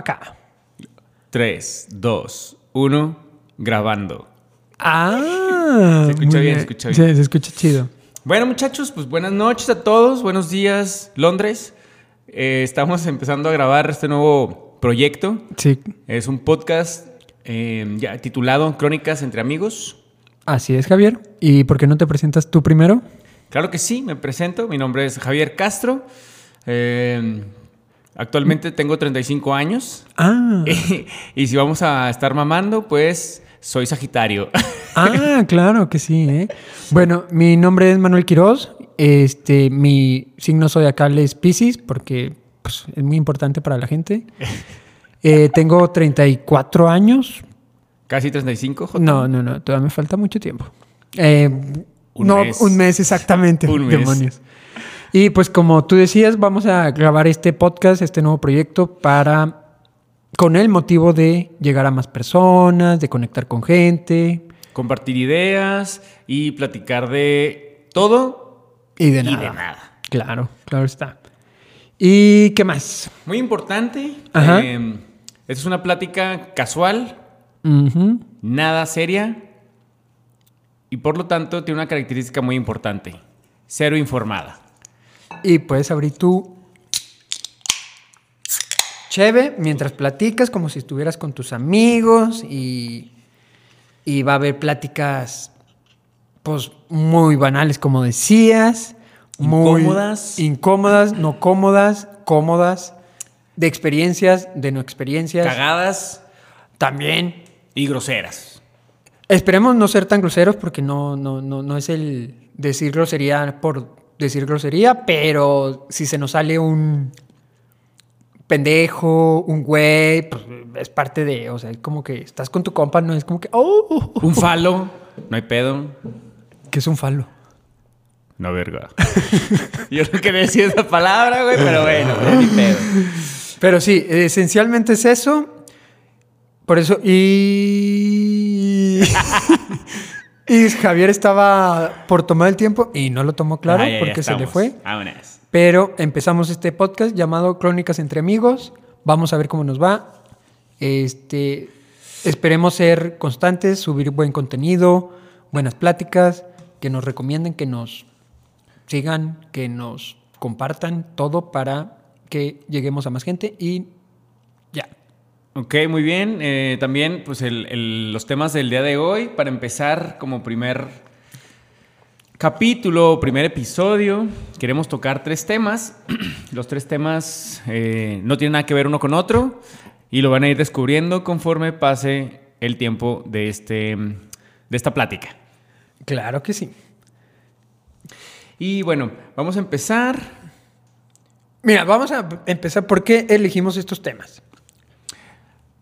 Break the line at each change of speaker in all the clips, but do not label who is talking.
acá.
3, 2, 1, grabando.
Ah.
Se escucha
muy
bien, se escucha bien.
Sí, se escucha chido.
Bueno, muchachos, pues buenas noches a todos, buenos días, Londres. Eh, estamos empezando a grabar este nuevo proyecto.
Sí,
Es un podcast eh, ya titulado Crónicas entre amigos.
así es, Javier. ¿Y por qué no te presentas tú primero?
Claro que sí, me presento. Mi nombre es Javier Castro. Eh, actualmente tengo 35 años.
Ah.
y si vamos a estar mamando, pues soy Sagitario.
Ah, claro que sí, ¿eh? Bueno, mi nombre es Manuel Quiroz. Este, mi signo zodiacal es Pisces, porque pues, es muy importante para la gente. Eh, tengo 34 años.
Casi 35, Jota.
No, no, no, todavía me falta mucho tiempo. Eh,
Un
no,
mes.
un mes exactamente.
Un mes.
Demonios. Y pues como tú decías, vamos a grabar este podcast, este nuevo proyecto para con el motivo de llegar a más personas, de conectar con gente,
Compartir ideas y platicar de todo
Y de
y
nada.
de nada.
Claro, claro está. ¿Y qué más?
Muy importante.
Ajá.
eh, esta es una plática casual,
Ujú.
nada seria y por lo tanto tiene una característica muy importante. Cero informada.
Y puedes abrir tu cheve mientras platicas, como si estuvieras con tus amigos y, y va a haber pláticas pues muy banales, como decías. muy
Incómodas.
Incómodas, no cómodas, cómodas. De experiencias, de no experiencias.
Cagadas
También.
y groseras.
Esperemos no ser tan groseros porque no, no, no, no es el decir grosería por decir grosería, pero si se nos sale un pendejo, un güey, pues es parte de, o sea, es como que estás con tu compa, no es como que, oh,
Un falo, no hay pedo.
que es un falo.
No verga. Yo no quería decir esa palabra, güey, pero bueno, no hay pedo.
Pero sí, esencialmente es eso. Por eso, y... y Javier estaba por tomar el tiempo y no lo tomó claro
Ah, ya, ya
porque se le
estamos.
fue.
Vámonos.
Pero empezamos este podcast llamado Crónicas entre Amigos. Vamos a ver cómo nos va. Este, esperemos ser constantes, subir buen contenido, buenas pláticas, que nos recomienden, que nos sigan, que nos compartan todo para que lleguemos a más gente y ya.
Ok, muy bien. Eh, también, pues, el- el- los temas del día de hoy, para empezar como primer capítulo, primer episodio, queremos tocar tres temas. los tres temas eh, no tienen nada que ver uno con otro y lo van a ir descubriendo conforme pase el tiempo de, este, de esta plática.
Claro que sí.
Y bueno, vamos a empezar.
Mira, vamos a empezar. ¿Por qué elegimos estos temas?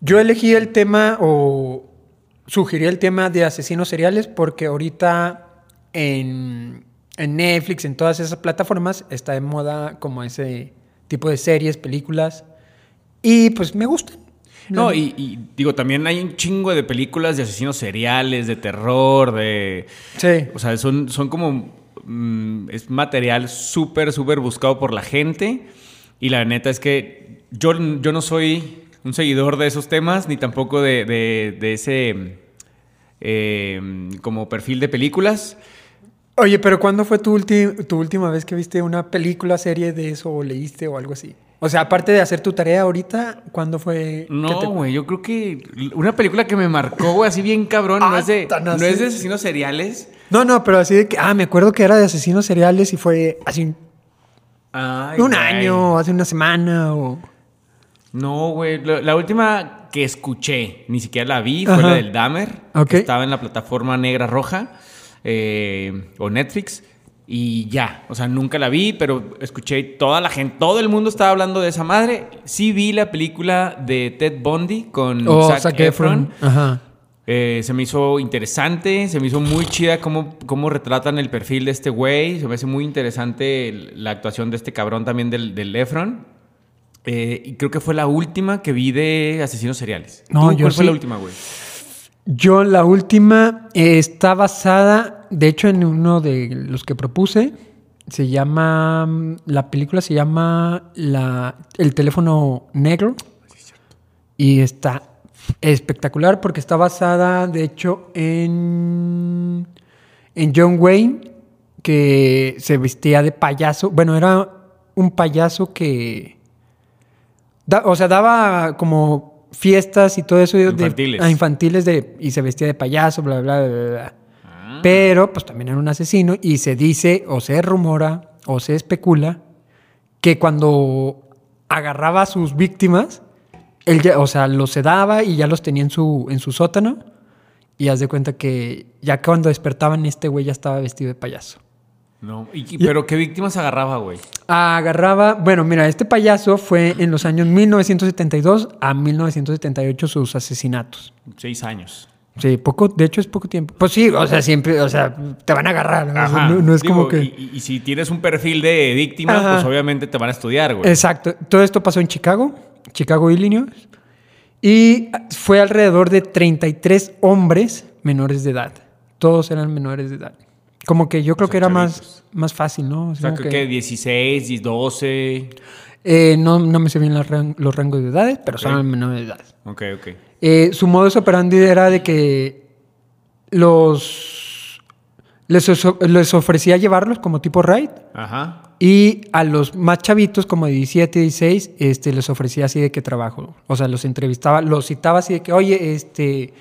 Yo elegí el tema o sugerí el tema de asesinos seriales porque ahorita en, en Netflix, en todas esas plataformas, está de moda como ese tipo de series, películas. Y pues me gustan.
No, y, y digo, también hay un chingo de películas de asesinos seriales, de terror, de...
Sí.
O sea, son, son como... mm, es material súper, súper buscado por la gente. Y la neta es que yo, yo no soy un seguidor de esos temas, ni tampoco de, de- de ese... eh, como perfil de películas.
Oye, pero ¿cuándo fue tu, ulti- tu última vez que viste una película, serie de eso o leíste o algo así? O sea, aparte de hacer tu tarea ahorita, ¿cuándo fue? que
No,
te-
güey, yo creo que una película que me marcó, güey, así bien cabrón, no
Ah,
es de,
tan
no
así.
es de asesinos seriales.
No, no, pero así de que, ah, me acuerdo que era de asesinos seriales y fue así un-
Ay,
un
güey.
año, hace una semana o...
No, güey. La, la última que escuché, ni siquiera la vi, fue
Ajá.
la del Dahmer.
Ok.
que estaba en la plataforma negra roja eh, o Netflix. Y ya, o sea, nunca la vi, pero escuché toda la gente, todo el mundo estaba hablando de esa madre. Sí vi la película de Ted Bundy con Mm,
Oh,
Zac, Efron.
Ajá.
Eh, se me hizo interesante, se me hizo muy chida cómo, cómo retratan el perfil de este güey. Se me hace muy interesante el- la actuación de este cabrón también del, del Efron. Eh, y creo que fue la última que vi de asesinos seriales.
No,
¿Tú
yo
¿Cuál fue
sí.
la última, güey?
Yo la última eh, está basada, de hecho, en uno de los que propuse. Se llama, mm, la película se llama la, El teléfono negro. Y está espectacular porque está basada, de hecho, en, en John Wayne, que se vestía de payaso. Bueno, era un payaso que... da- o sea, daba como fiestas y todo eso de-
Infantiles.
a infantiles de, y se vestía de payaso, bla, bla, bla, bla, bla. Pero pues también era un asesino y se dice o se rumora o se especula que cuando agarraba a sus víctimas, él ya, o sea, los sedaba y ya los tenía en su, en su sótano. Y haz de cuenta que ya cuando despertaban, este güey ya estaba vestido de payaso.
No. ¿Y- y- ¿Pero qué víctimas agarraba, güey?
Agarraba, bueno, mira, este payaso fue en los años 1972 a 1978 sus asesinatos.
Seis años.
Sí, poco, de hecho es poco tiempo. Pues sí, o sea, siempre, o sea, te van a agarrar. Ah, o sea,
Ajá.
no, no es
Digo,
como que.
Y, y- y si tienes un perfil de víctima,
Ajá.
pues obviamente te van a estudiar, güey.
Exacto. Todo esto pasó en Chicago, Chicago, Illinois. Y fue alrededor de 33 hombres menores de edad. Todos eran menores de edad. Como que yo creo
sea,
que era más,
chavitos.
más fácil, ¿no?
O sea,
Como
creo que 16, 12.
eh, no, no me sé bien las ran- los rangos de edades, pero
Ok.
son menores de edad.
Ok, ok.
Eh, su modus operandi era de que los les, os- les ofrecía llevarlos como tipo raid
Ajá.
y a los más chavitos, como de 17, 16, este, les ofrecía así de que trabajo. O sea, los entrevistaba, los citaba así de que, oye, este,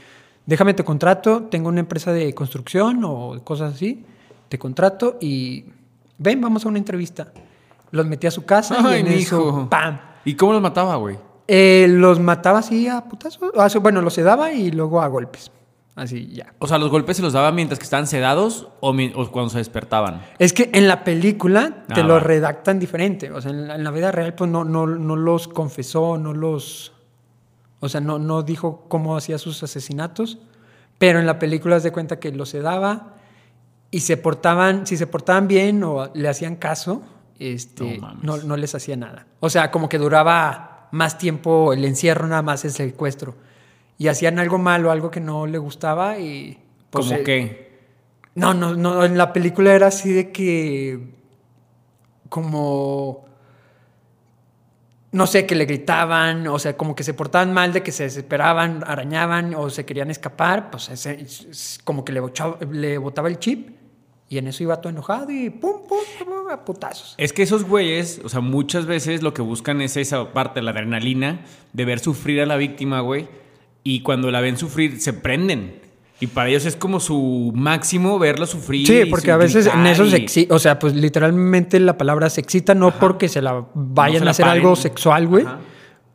déjame te contrato, tengo una empresa de construcción o cosas así, te contrato y ven, vamos a una entrevista. Los metía a su casa y
Ay,
en
mi
eso,
hijo.
¡pam!
¿Y cómo los mataba, güey?
Eh, los mataba así a putazos. Ah, sí, Bueno, los sedaba y luego a golpes. Así ya.
O sea, los golpes se los daba mientras que estaban sedados o, mi- o cuando se despertaban.
Es que en la película te
Ah,
lo
va.
redactan diferente. O sea, en la, en la vida real, pues no, no, no los confesó, no los. O sea, no, no dijo cómo hacía sus asesinatos. Pero en la película se de cuenta que los sedaba y se portaban, si se portaban bien o le hacían caso, este,
No mames.
no, no les hacía nada. O sea, como que duraba más tiempo el encierro, nada más el secuestro. Y hacían algo malo, algo que no le gustaba y. pues,
¿Cómo
eh,
qué?
no, no, no, en la película era así de que. Como. No sé, que le gritaban, o sea, como que se portaban mal, de que se desesperaban, arañaban o se querían escapar, pues ese- es- es como que le, bochaba- le botaba el chip y en eso iba todo enojado y pum, pum, pum, a putazos.
Es que esos güeyes, o sea, muchas veces lo que buscan es esa parte, la adrenalina, de ver sufrir a la víctima, güey. Y cuando la ven sufrir, se prenden. Y para ellos es como su máximo verla sufrir.
Sí,
y
porque
su-
a veces en
gritar
eso se
y-
excitan, o sea, pues literalmente la palabra se excita, no porque se la vayan
se
a
la
hacer
paren.
algo sexual, güey,
Ajá.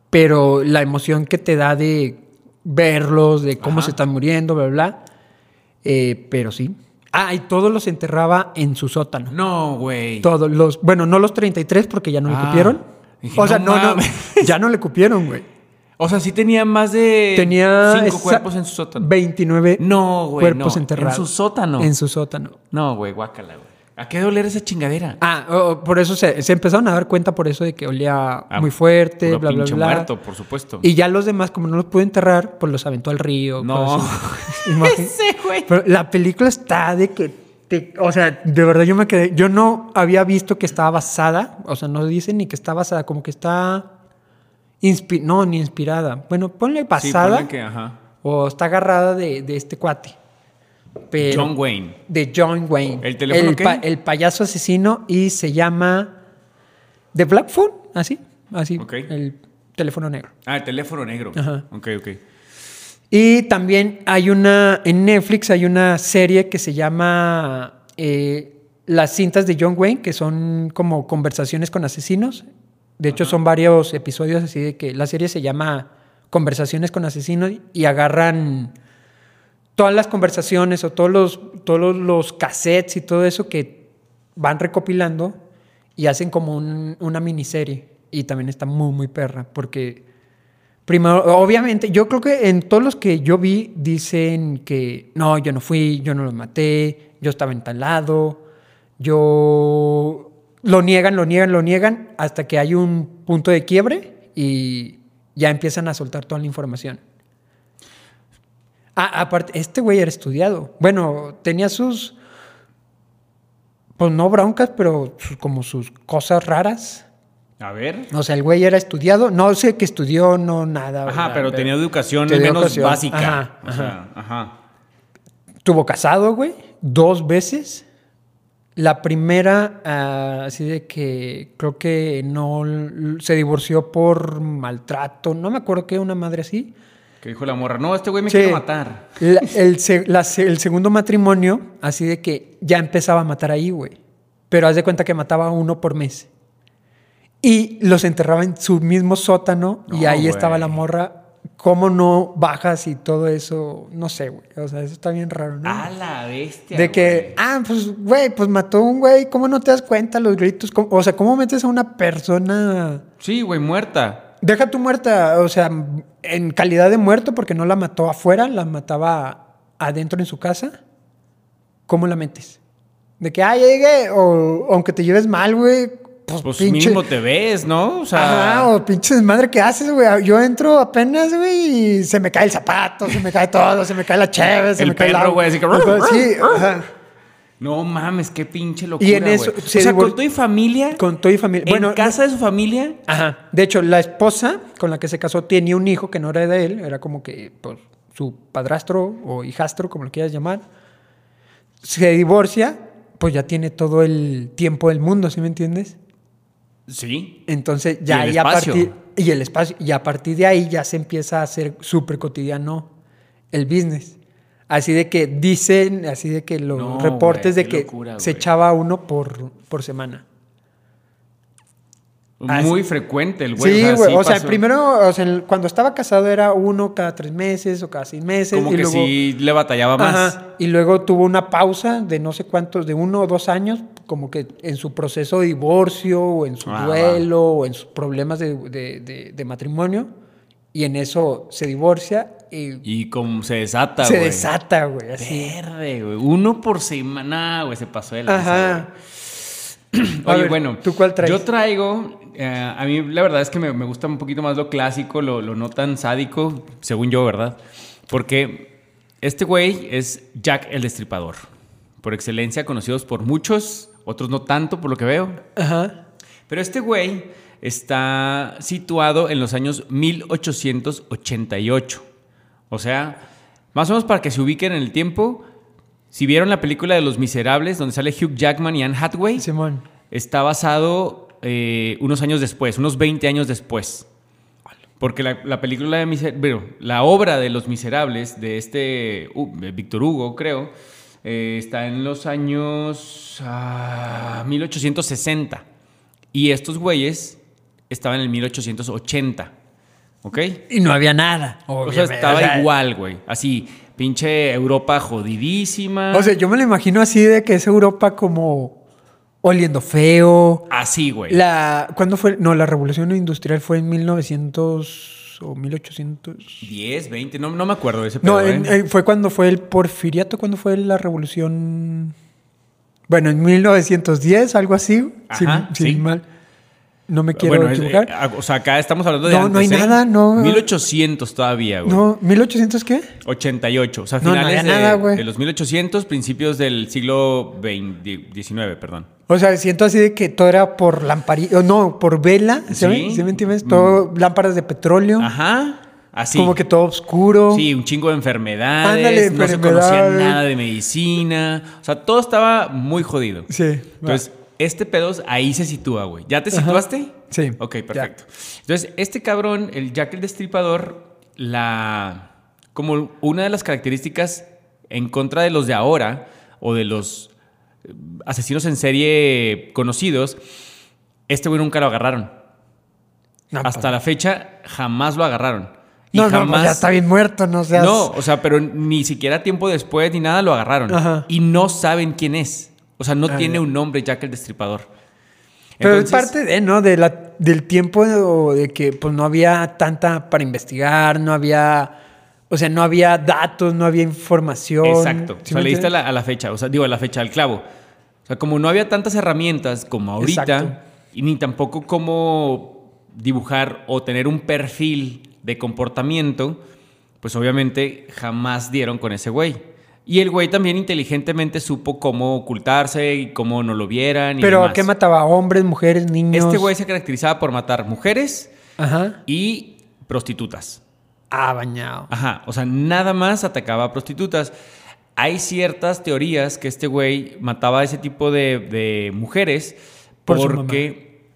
pero la emoción que te da de verlos, de cómo
Ajá.
se están muriendo, bla, bla, eh, pero sí. Ah, y todos los enterraba en su sótano.
No, güey.
Todos los, bueno, no los 33 porque ya no
Ah.
le cupieron.
Dije,
O sea,
no
no, no,
mames.
ya no le cupieron, güey.
O sea, sí tenía más de
Tenía
Eh, cinco
esa-
cuerpos en su sótano.
29
No, güey,
cuerpos
no.
enterrados.
En su sótano.
En su sótano.
No, güey, guácala, güey. ¿A qué doler esa chingadera?
Ah, o- o por eso se, se empezaron a dar cuenta por eso de que olía
Ah,
muy fuerte,
puro
bla, bla,
pinche
bla.
muerto, por supuesto.
Y ya los demás, como no los pude enterrar, pues los aventó al río.
No.
cosas así. Imagín-
Ese güey.
Pero la película está de que, te- o sea, de verdad yo me quedé, yo no había visto que estaba basada, o sea, no dice ni que está basada, como que está, inspi- no, ni inspirada. Bueno, ponle
Sí,
basada
ponle que, ajá.
o está agarrada de, de este cuate. Pero,
John Wayne.
de John Wayne.
¿El teléfono qué?
el payaso asesino y se llama The Black Phone, así, así,
Ok.
el teléfono negro.
Ah, el teléfono negro.
Ajá.
Ok, ok.
Y también hay una, en Netflix hay una serie que se llama eh, Las cintas de John Wayne, que son como conversaciones con asesinos. De hecho, son varios episodios así de que la serie se llama Conversaciones con asesinos y agarran todas las conversaciones o todos los, todos los cassettes y todo eso que van recopilando y hacen como un- una miniserie. Y también está muy, muy perra, porque primero, obviamente, yo creo que en todos los que yo vi dicen que no, yo no fui, yo no los maté, yo estaba en tal lado, yo... Lo niegan, lo niegan, lo niegan, hasta que hay un punto de quiebre y ya empiezan a soltar toda la información. Ah, aparte, este güey era estudiado. Bueno, tenía sus. Pues no broncas, pero sus- como sus cosas raras.
A ver.
O sea, el güey era estudiado, no sé que estudió, no nada.
Ajá,
¿verdad?
pero, tenía educación
tenía
menos
educación.
básica.
Ajá,
o sea, ajá.
Estuvo casado, güey, dos veces. La primera, ah, así de que creo que no l- se divorció por maltrato, no me acuerdo que una madre así.
Que dijo la morra, no, este güey me
Sí.
quiere matar.
La- el, se- la se- el segundo matrimonio, así de que ya empezaba a matar ahí, güey. Pero haz de cuenta que mataba a uno por mes. Y los enterraba en su mismo sótano y
No,
ahí
güey.
estaba la morra. ¿Cómo no bajas y todo eso? No sé, güey. O sea, eso está bien raro, ¿no?
A la bestia.
De que,
güey.
ah, pues, güey, pues mató a un güey. ¿Cómo no te das cuenta los gritos? ¿Cómo- o sea, ¿cómo metes a una persona?
Sí, güey, muerta.
Deja tu muerta, o sea, en calidad de muerto, porque no la mató afuera, la mataba adentro en su casa. ¿Cómo la metes? De que, ah, ya llegué, o aunque te lleves mal, güey, pues,
Pues
pinche.
mínimo te ves, ¿no? O sea.
Ajá, o pinche desmadre que haces, güey. Yo entro apenas, güey, y se me cae el zapato, se me cae todo, se me cae la cheve, se
El
me cae
perro,
la...
güey, así que-
Sí, ajá.
No mames, qué pinche locura.
Y en eso
güey.
se
o sea,
divor-
con tu y familia.
Con todo y familia.
en casa de su familia.
Ajá. De hecho, la esposa con la que se casó tenía un hijo que no era de él, era como que pues, su padrastro o hijastro, como lo quieras llamar. Se divorcia, pues ya tiene todo el tiempo del mundo, ¿sí me entiendes?
Sí.
Entonces ya
Y el
ahí a
espacio.
partir y el espacio y a partir de ahí ya se empieza a hacer súper cotidiano el business. Así de que dicen, así de que los
No,
reportes
güey,
de
qué
que
locura,
se
güey.
echaba uno por, por semana. Ah,
Muy frecuente el
sí,
güey.
güey. o sea,
pasó.
primero, o sea, el- cuando estaba casado era uno cada tres meses o cada seis meses. y
Como que
luego,
sí le batallaba más.
Ajá, y luego tuvo una pausa de no sé cuántos, de uno o dos años, como que en su proceso de divorcio o en su
Ah, va.
duelo o en sus problemas de, de- de- de matrimonio. Y en eso se divorcia y
Y como se desata,
se
güey.
desata, güey. Así.
Verde, güey. Uno por semana, güey, se pasó de la lanza,
Ajá. A
Oye,
ver,
bueno.
¿tú cuál traes?
Yo traigo. eh, a mí, la verdad es que me, me gusta un poquito más lo clásico, lo, lo no tan sádico, según yo, ¿verdad? Porque este güey es Jack el Destripador. Por excelencia, conocidos por muchos, otros no tanto, por lo que veo.
Ajá.
Pero este güey está situado en los años 1888. O sea, más o menos para que se ubiquen en el tiempo, si vieron la película de Los Miserables, donde sale Hugh Jackman y Anne Hathaway,
Simón.
está basado eh, unos años después, unos 20 años después. Porque la, la película de Miser- bueno, la obra de Los Miserables de este uh, de Víctor Hugo, creo, eh, está en los años ah, 1860. Y estos güeyes estaban en el 1880. ¿Ok?
Y no había nada.
o sea, estaba igual, güey. Así, pinche Europa jodidísima.
O sea, yo me lo imagino así de que es Europa como oliendo feo.
así, güey.
La, ¿Cuándo fue? No, la revolución industrial fue en 1900 o 1800.
10, 20, no, no me acuerdo de ese
No,
pedo, ¿eh?
en- eh, fue cuando fue el porfiriato, cuando fue la revolución. Bueno, en 1910, algo así,
Ajá,
sin, sin
sí.
mal. No me quiero
Bueno, es-
equivocar.
eh, a- o sea, acá estamos hablando de.
No, no hay
antes, ¿eh?
nada, no.
1800 todavía, güey.
no, 1800 qué?
88. O sea,
No, no
finales
había
de,
nada, güey.
de los 1800, principios del siglo 20 XIX, perdón.
O sea, siento así de que todo era por lamparilla, no, por vela, ¿sí,
Sí. Mm.
me- sí me entiendes? Todo lámparas de petróleo,
Ajá. Así.
como que todo oscuro.
Sí, un chingo de enfermedades.
Ándale,
no se conocía
enfermedades.
nada de medicina. O sea, todo estaba muy jodido.
Sí,
Entonces, este pedo ahí se sitúa, güey. ¿Ya te situaste?
Sí.
Ok, perfecto. Entonces, este cabrón, el Jack el Destripador, la. Como una de las características en contra de los de ahora o de los eh, asesinos en serie conocidos, este güey nunca lo agarraron.
No, pues,
Hasta la fecha jamás lo agarraron. Y
No, no, pues
jamás
ya está bien muerto, no seas.
no, o sea, pero ni siquiera tiempo después ni nada lo agarraron.
Ajá.
Y no saben quién es. O sea, no
Ah,
tiene
ya.
un nombre Jack el Destripador.
Pero
Entonces,
es parte de, ¿no? De la, del tiempo de, o de que pues no había tanta para investigar, no había, o sea, no había datos, no había información.
Exacto.
¿Sí
o sea,
me
le diste a
entiendes?
la, a la fecha. O sea, digo, a la fecha, al clavo. O sea, como no había tantas herramientas como ahorita,
Exacto.
y ni tampoco cómo dibujar o tener un perfil de comportamiento, pues obviamente jamás dieron con ese güey. Y el güey también inteligentemente supo cómo ocultarse y cómo no lo vieran. Y
Pero
demás.
¿qué mataba? ¿Hombres, mujeres, niños?
Este güey se caracterizaba por matar mujeres
Ajá.
y prostitutas.
Ah, bañado.
Ajá, o sea, nada más atacaba a prostitutas. Hay ciertas teorías que este güey mataba a ese tipo de, de mujeres
Por su
porque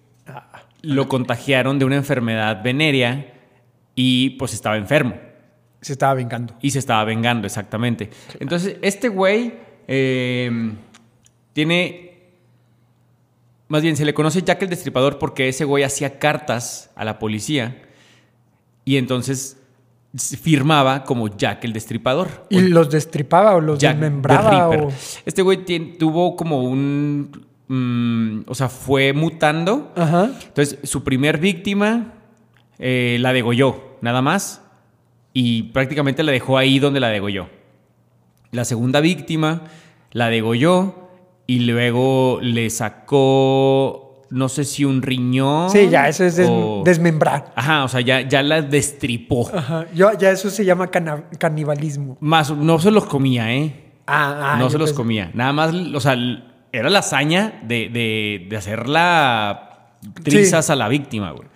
lo contagiaron de una enfermedad venérea y pues estaba enfermo
Se estaba vengando.
y se estaba vengando, exactamente. Entonces, este güey eh, tiene... Más bien, se le conoce Jack el Destripador porque ese güey hacía cartas a la policía y entonces s- firmaba como Jack el Destripador.
¿Y los destripaba o los
Jack the
desmembraba?
Ripper.
o-
Este güey tien- tuvo como un... mm, o sea, fue mutando.
Ajá.
Entonces, su primer víctima eh, la degolló, nada más. Y prácticamente la dejó ahí donde la degolló. La segunda víctima la degolló y luego le sacó, no sé si un riñón.
Sí, ya, eso es des-
o-
desmembrar.
Ajá, o sea, ya, ya la destripó.
Ajá. Yo, ya eso se llama cana- canibalismo.
Más, no se los comía, ¿eh?
Ah, ah,
no
yo
se los
pensé-
comía. Nada más, o sea, l- era la hazaña de, de, de hacer la trizas a la víctima, güey.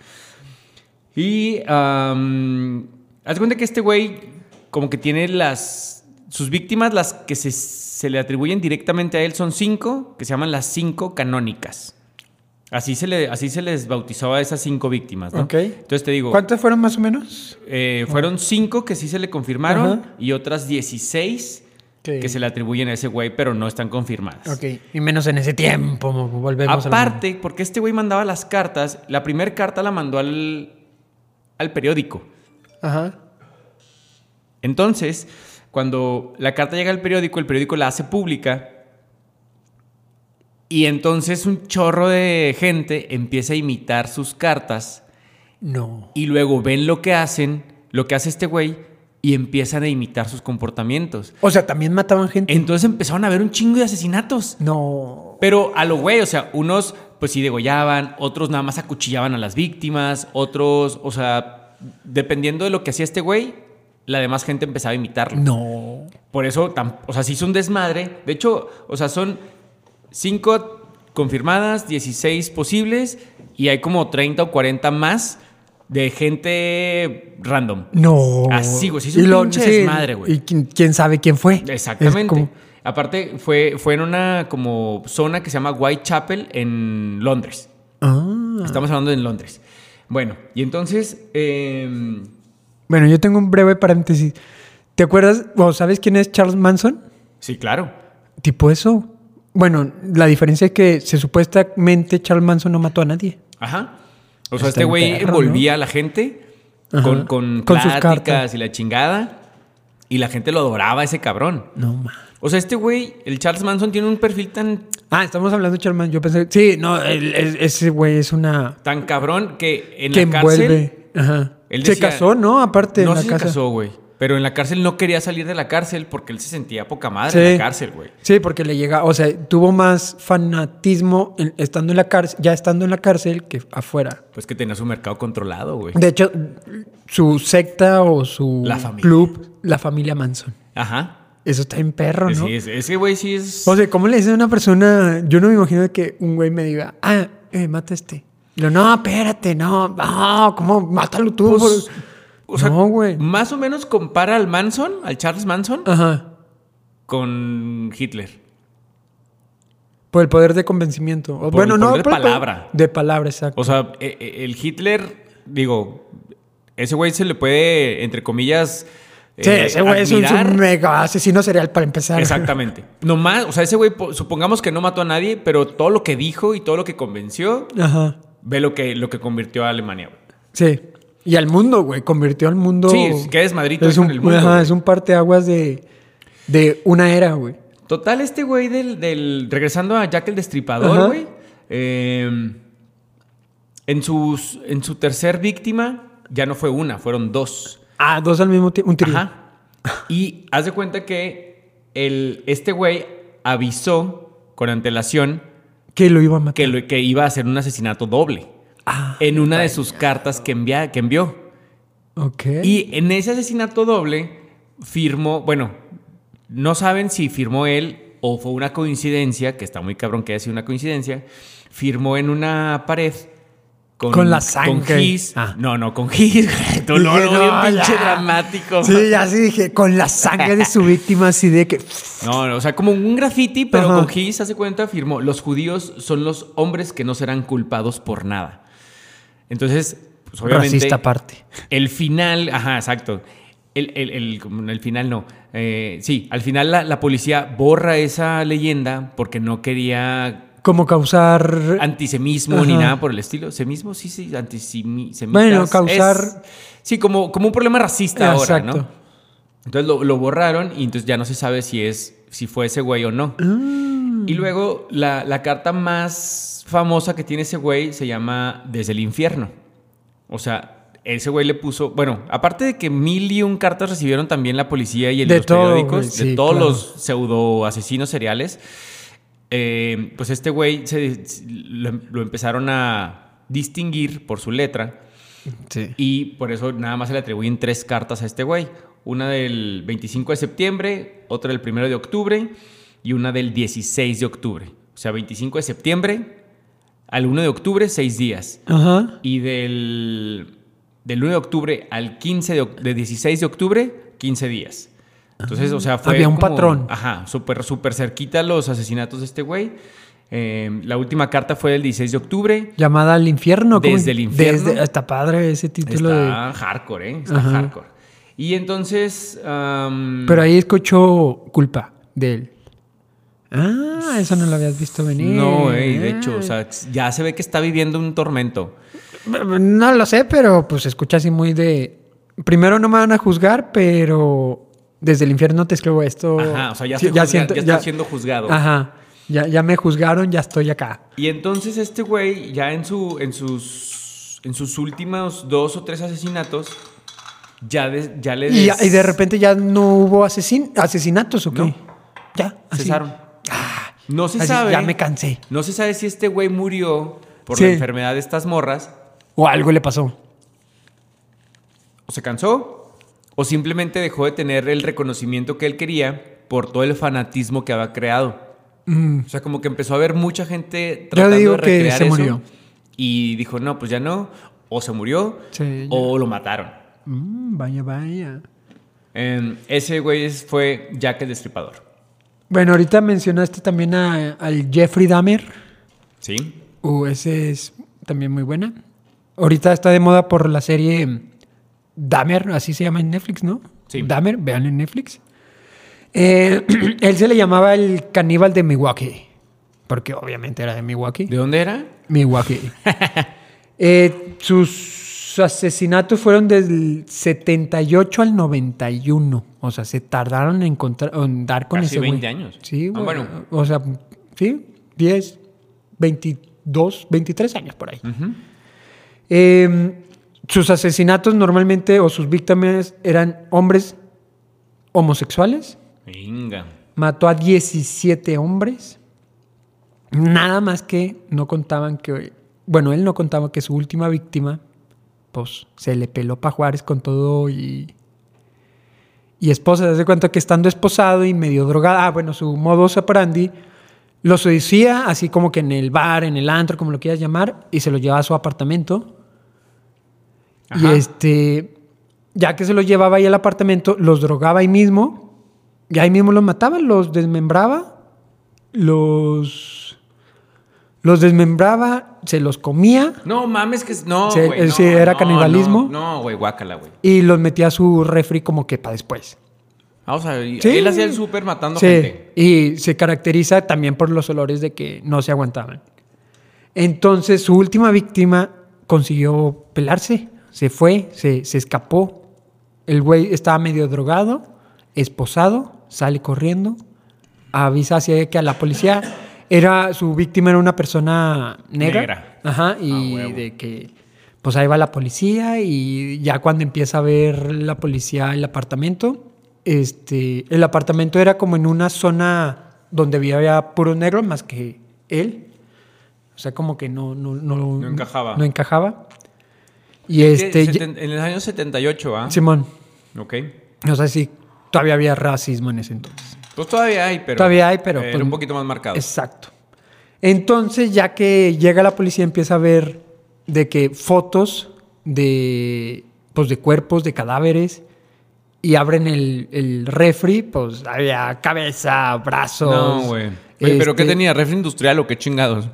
Y am, haz de cuenta que este güey como que tiene las... Sus víctimas, las que se, se le atribuyen directamente a él, son cinco, que se llaman las cinco canónicas. Así se, le, así se les bautizó a esas cinco víctimas, ¿no?
Ok.
Entonces te digo...
¿Cuántas fueron más o menos?
Eh, fueron cinco que sí se le confirmaron
Ajá.
y otras 16
Ok.
que se le atribuyen a ese güey, pero no están confirmadas.
Ok. Y menos en ese tiempo. Volvemos a lo mismo.
Aparte, porque este güey mandaba las cartas, la primera carta la mandó al, al periódico.
Ajá.
Entonces, cuando la carta llega al periódico, el periódico la hace pública y entonces un chorro de gente empieza a imitar sus cartas
No.
y luego ven lo que hacen, lo que hace este güey y empiezan a imitar sus comportamientos.
O sea, también mataban gente.
Entonces empezaron a haber un chingo de asesinatos.
No.
Pero a lo güey, o sea, unos pues sí degollaban, otros nada más acuchillaban a las víctimas, otros, o sea, dependiendo de lo que hacía este güey, la demás gente empezaba a imitarlo.
No.
Por eso, tam- o sea, sí hizo un desmadre. De hecho, o sea, son cinco confirmadas, 16 posibles y hay como 30 o 40 más de gente random.
No.
Así, güey, se hizo un
lo-
pinche desmadre, güey.
Y quién, quién sabe quién fue.
Exactamente.
Es como-
Aparte, fue, fue en una como zona que se llama Whitechapel en Londres.
Ah.
Estamos hablando en Londres. Bueno, y entonces. em,
Bueno, yo tengo un breve paréntesis. ¿Te acuerdas o sabes quién es Charles Manson?
sí, claro.
Tipo eso. Bueno, la diferencia es que se supuestamente Charles Manson no mató a nadie.
Ajá. O
Está
sea, este güey
perro,
envolvía a la gente
Ajá.
con, con
Con sus
pláticas
cartas.
y la chingada. Y la gente lo adoraba a ese cabrón.
No ma.
O sea, este güey, el Charles Manson, tiene un perfil tan,
Ah, estamos hablando de Charles Manson. Yo pensé, sí, no, el- el- ese güey es una
tan cabrón que en
que
la cárcel.
envuelve. Ajá.
él
se
decía-
casó, ¿no? Aparte
no
en la
se
casa.
casó, güey. Pero en la cárcel no quería salir de la cárcel porque él se sentía poca madre
Sí.
en ah, la cárcel, güey.
Sí, porque le llega, o sea, tuvo más fanatismo en- estando en la cárcel, ya estando en la cárcel que afuera.
Pues que tenía su mercado controlado, güey.
De hecho, su secta o su
La familia.
club, la familia Manson.
Ajá.
Eso está en perro, ¿no?
Sí, ese- ese güey sí es.
O sea, ¿cómo le dice a una persona? Yo no me imagino que un güey me diga, ah, eh, mata a este. Y lo, no, espérate, no, no, ¿cómo? Mátalo tú.
Pues,
o sea, no, güey.
Más o menos compara al Manson, al Charles Manson,
Ajá.
con Hitler.
Por el poder de convencimiento. O-
Por
bueno,
el
no.
poder de
por el poder-
palabra.
De palabra, exacto.
O sea, e- e- el Hitler, digo, ese güey se le puede, entre comillas,
sí,
eh,
ese güey es un,
admirar.
un mega asesino serial para empezar.
Exactamente. Nomás, o sea, ese güey, po- supongamos que no mató a nadie, pero todo lo que dijo y todo lo que convenció,
Ajá.
ve lo que, lo que convirtió a Alemania. güey.
Sí. Y al mundo, güey. Convirtió al mundo.
Sí, es- qué desmadrito
es
hizo
un,
en el mundo,
Ajá,
güey.
es un parteaguas de, de una era, güey.
Total, este güey del, del- Regresando a Jack el
Ajá.
Destripador, güey. eh, en, sus, en su tercer víctima, ya no fue una, fueron dos.
Ah, dos al mismo tiempo. Un trío.
Ajá. Y haz de cuenta que el, este güey avisó con antelación
Que lo iba a matar.
que, eh, lo- que iba a hacer un asesinato doble.
Ah,
En una de sus cartas que, envía, que envió.
ok.
Y en ese asesinato doble firmó, bueno, No saben si firmó él o fue una coincidencia, que está muy cabrón que haya sido una coincidencia, firmó en una pared
Con la sangre.
Con gis.
Ah.
No, no, con gis. No, no,
Dije,
no, bien
"No,
pinche
ya".
dramático.
Sí, ya sí dije, con la sangre de su víctima, así de que.
No, no, o sea, como un graffiti, pero
Ajá.
con Gis, hace cuenta, firmó, los judíos son los hombres que no serán culpados por nada. Entonces, pues obviamente...
Racista aparte.
El final, ajá, exacto. El, el- el- como en el final no. Eh, sí, al final la, la policía borra esa leyenda porque no quería
Como causar.
antisemismo ni
Ajá.
nada por el estilo. ¿Semismo? Sí, sí, antisemismo.
Bueno, causar-
sí, como, como un problema racista ahora, ¿no?
Exacto.
Entonces lo, lo borraron y entonces ya no se sabe si, es, si fue ese güey o no.
Ah.
Y luego la, la carta más famosa que tiene ese güey se llama Desde el infierno. O sea, ese güey le puso, bueno, aparte de que mil y un cartas recibieron también la policía y el,
De
los
todo,
periódicos,
güey,
de
sí,
todos
claro.
los pseudo asesinos seriales, eh, pues este güey se- lo, em, lo empezaron a distinguir por su letra.
Sí.
Y por eso nada más se le atribuyen tres cartas a este güey. Una del 25 de septiembre, otra del 1 de octubre y una del 16 de octubre. O sea, 25 de septiembre al 1 de octubre, seis días.
Ajá.
Y del, del 1 de octubre al 15 de, oc- de 16 de octubre, 15 días. Entonces, o sea, fue.
Había un patrón.
Ajá, súper, súper cerquita los asesinatos de este güey. Eh, la última carta fue del 16 de octubre.
Llamada al infierno. ¿cómo?
Desde el infierno.
Desde- está padre ese título.
Está hardcore, ¿eh? Está
Ajá.
hardcore. Y entonces. am,
De... Pero ahí escuchó culpa de él. Ah, eso no lo habías visto venir.
No, güey, de hecho, o
Ah.
sea, ya se ve que está viviendo un tormento.
No lo sé, pero pues escucha así muy de. Primero no me van a juzgar, pero desde el infierno te escribo esto.
Ajá, o sea, ya
Sí,
estoy, juzga- ya estoy siendo juzgado.
Ajá. Ya, ya me juzgaron, ya estoy acá.
Y entonces este güey, ya en, su, en, sus, en sus últimos dos o tres asesinatos, ya, des- ya le.
Y,
des-
y de repente ya no hubo asesin asesinatos o qué.
No.
Ya. así. Ah,
Cesaron. No se
Así,
sabe.
Ya me cansé.
No se sabe si este güey murió por
Sí.
la enfermedad de estas morras
O algo le pasó.
o se cansó o simplemente dejó de tener el reconocimiento que él quería por todo el fanatismo que había creado.
Mm,
O sea, como que empezó a ver mucha gente
Yo
tratando
digo
de
que
recrear
se
eso,
murió.
y dijo, "No, pues ya no, o se murió
Sí, ya.
o lo mataron."
mm, vaya, vaya.
Eh, ese güey es- fue Jack el destripador.
Bueno, ahorita mencionaste también a- al Jeffrey Dahmer.
¿Sí?
Uh, esa es también muy buena. Ahorita está de moda por la serie Dahmer, así se llama en Netflix, ¿no?
Sí.
Dahmer, vean en Netflix. Eh, él se le llamaba el caníbal de Milwaukee, porque obviamente era de Milwaukee.
¿De dónde era?
Milwaukee. Eh, sus asesinatos fueron del 78 al 91. O sea, se tardaron en, encontrar, en dar con
Casi
ese güey.
20 años.
Sí,
Ah,
güey.
bueno.
O sea, sí, 10, 22, 23 años por ahí. Eh, sus asesinatos normalmente o sus víctimas eran hombres homosexuales.
Venga.
Mató a 17 hombres. Nada más que no contaban que. Bueno, él no contaba que su última víctima, pues, se le peló para Juárez con todo y. Y esposa, se hace cuenta que estando esposado y medio drogada, ah, bueno, su modus operandi, lo suicida, así como que en el bar, en el antro, como lo quieras llamar, y se lo lleva a su apartamento.
Ajá.
Y este, ya que se los llevaba ahí al apartamento, los drogaba ahí mismo. Y ahí mismo los mataba, los desmembraba. Los. Los desmembraba, se los comía
No mames que es- no,
Sí,
güey,
eh,
no,
sí, era
no,
canibalismo.
No, no, güey, guácala, güey.
y los metía a su refri como que para después.
Ah, o sea, y-
Sí.
él hacía el súper matando
Sí,
gente.
Y se caracteriza también por los olores de que no se aguantaban. Entonces, su última víctima consiguió pelarse. Se fue, se, se escapó. El güey estaba medio drogado, esposado, sale corriendo, avisa así que a la policía. Era, su víctima era una persona negra.
Negra.
Ajá, y de que pues ahí va la policía y ya cuando empieza a ver la policía el apartamento, este, el apartamento era como en una zona donde había puros negros más que él. O sea, como que no, no, no,
No encajaba.
No encajaba. Y
Que
este, ya-
seten- en el año 78, ¿ah?
Simón,
Ok.
o sea, sí, todavía había racismo en ese entonces.
Pues todavía hay, pero.
Todavía hay, pero,
Era
pues,
un poquito más marcado.
Exacto. Entonces, ya que llega la policía, empieza a ver de que fotos de, pues, de cuerpos, de cadáveres, y abren el, el refri, pues había cabeza, brazos.
No, güey. Oye, ¿Pero qué
este,
tenía? ¿Refri industrial o qué chingados?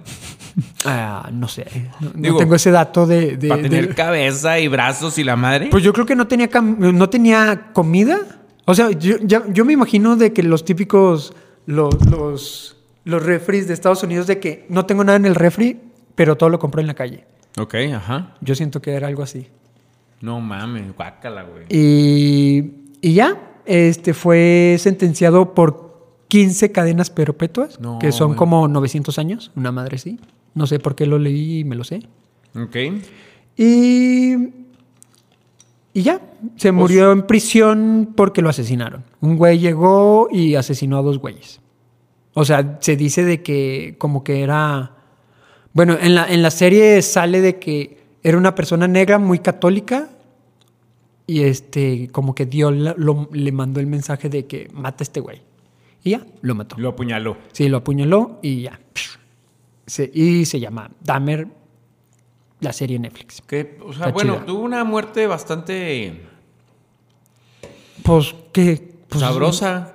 ah, no sé. No, no
Digo,
tengo ese dato de. de-
¿Para tener
de-
cabeza y brazos y la madre?
pues yo creo que no tenía, cam- no tenía comida. O sea, yo, ya- yo me imagino de que los típicos, los, los, los refris de Estados Unidos, de que no tengo nada en el refri, pero todo lo compré en la calle.
Ok, ajá.
Yo siento que era algo así.
No mames, guácala, güey.
Y, y ya, este fue sentenciado por 15 cadenas perpetuas,
No,
que son
güey.
como 900 años, una madre sí. No sé por qué lo leí y me lo sé.
Ok.
Y, y ya, se murió en prisión porque lo asesinaron. Un güey llegó y asesinó a dos güeyes. O sea, se dice de que como que era... Bueno, en la, en la serie sale de que era una persona negra muy católica y este como que Dios la- lo- le mandó el mensaje de que mata a este güey. Y ya, lo mató.
Lo apuñaló.
Sí, lo apuñaló y ya. Se- y se llama Dahmer, la serie Netflix.
Que, o sea,
Está
bueno,
chida.
tuvo una muerte bastante
Pues que. Pues,
sabrosa.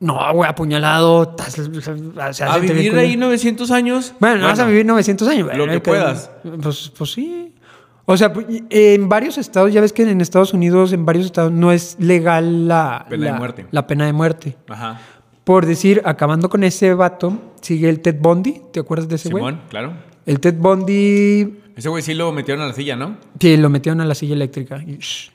No, güey, apuñalado. tas- o sea,
a
se te ve
vivir
culero.
ahí 900 años.
Bueno, no vas a vivir 900 años.
lo
güey,
que puedas.
Pues, pues sí. O sea, pues, y- en varios estados, ya ves que en Estados Unidos, en varios estados, no es legal la
Pena de
la-
muerte.
La pena de muerte.
Ajá.
Por decir, acabando con ese vato, sigue el Ted Bundy. ¿Te acuerdas de ese güey?
Simón, claro.
El Ted Bundy
Ese güey sí lo metieron a la silla, ¿no?
Sí, lo metieron a la silla eléctrica. y shh.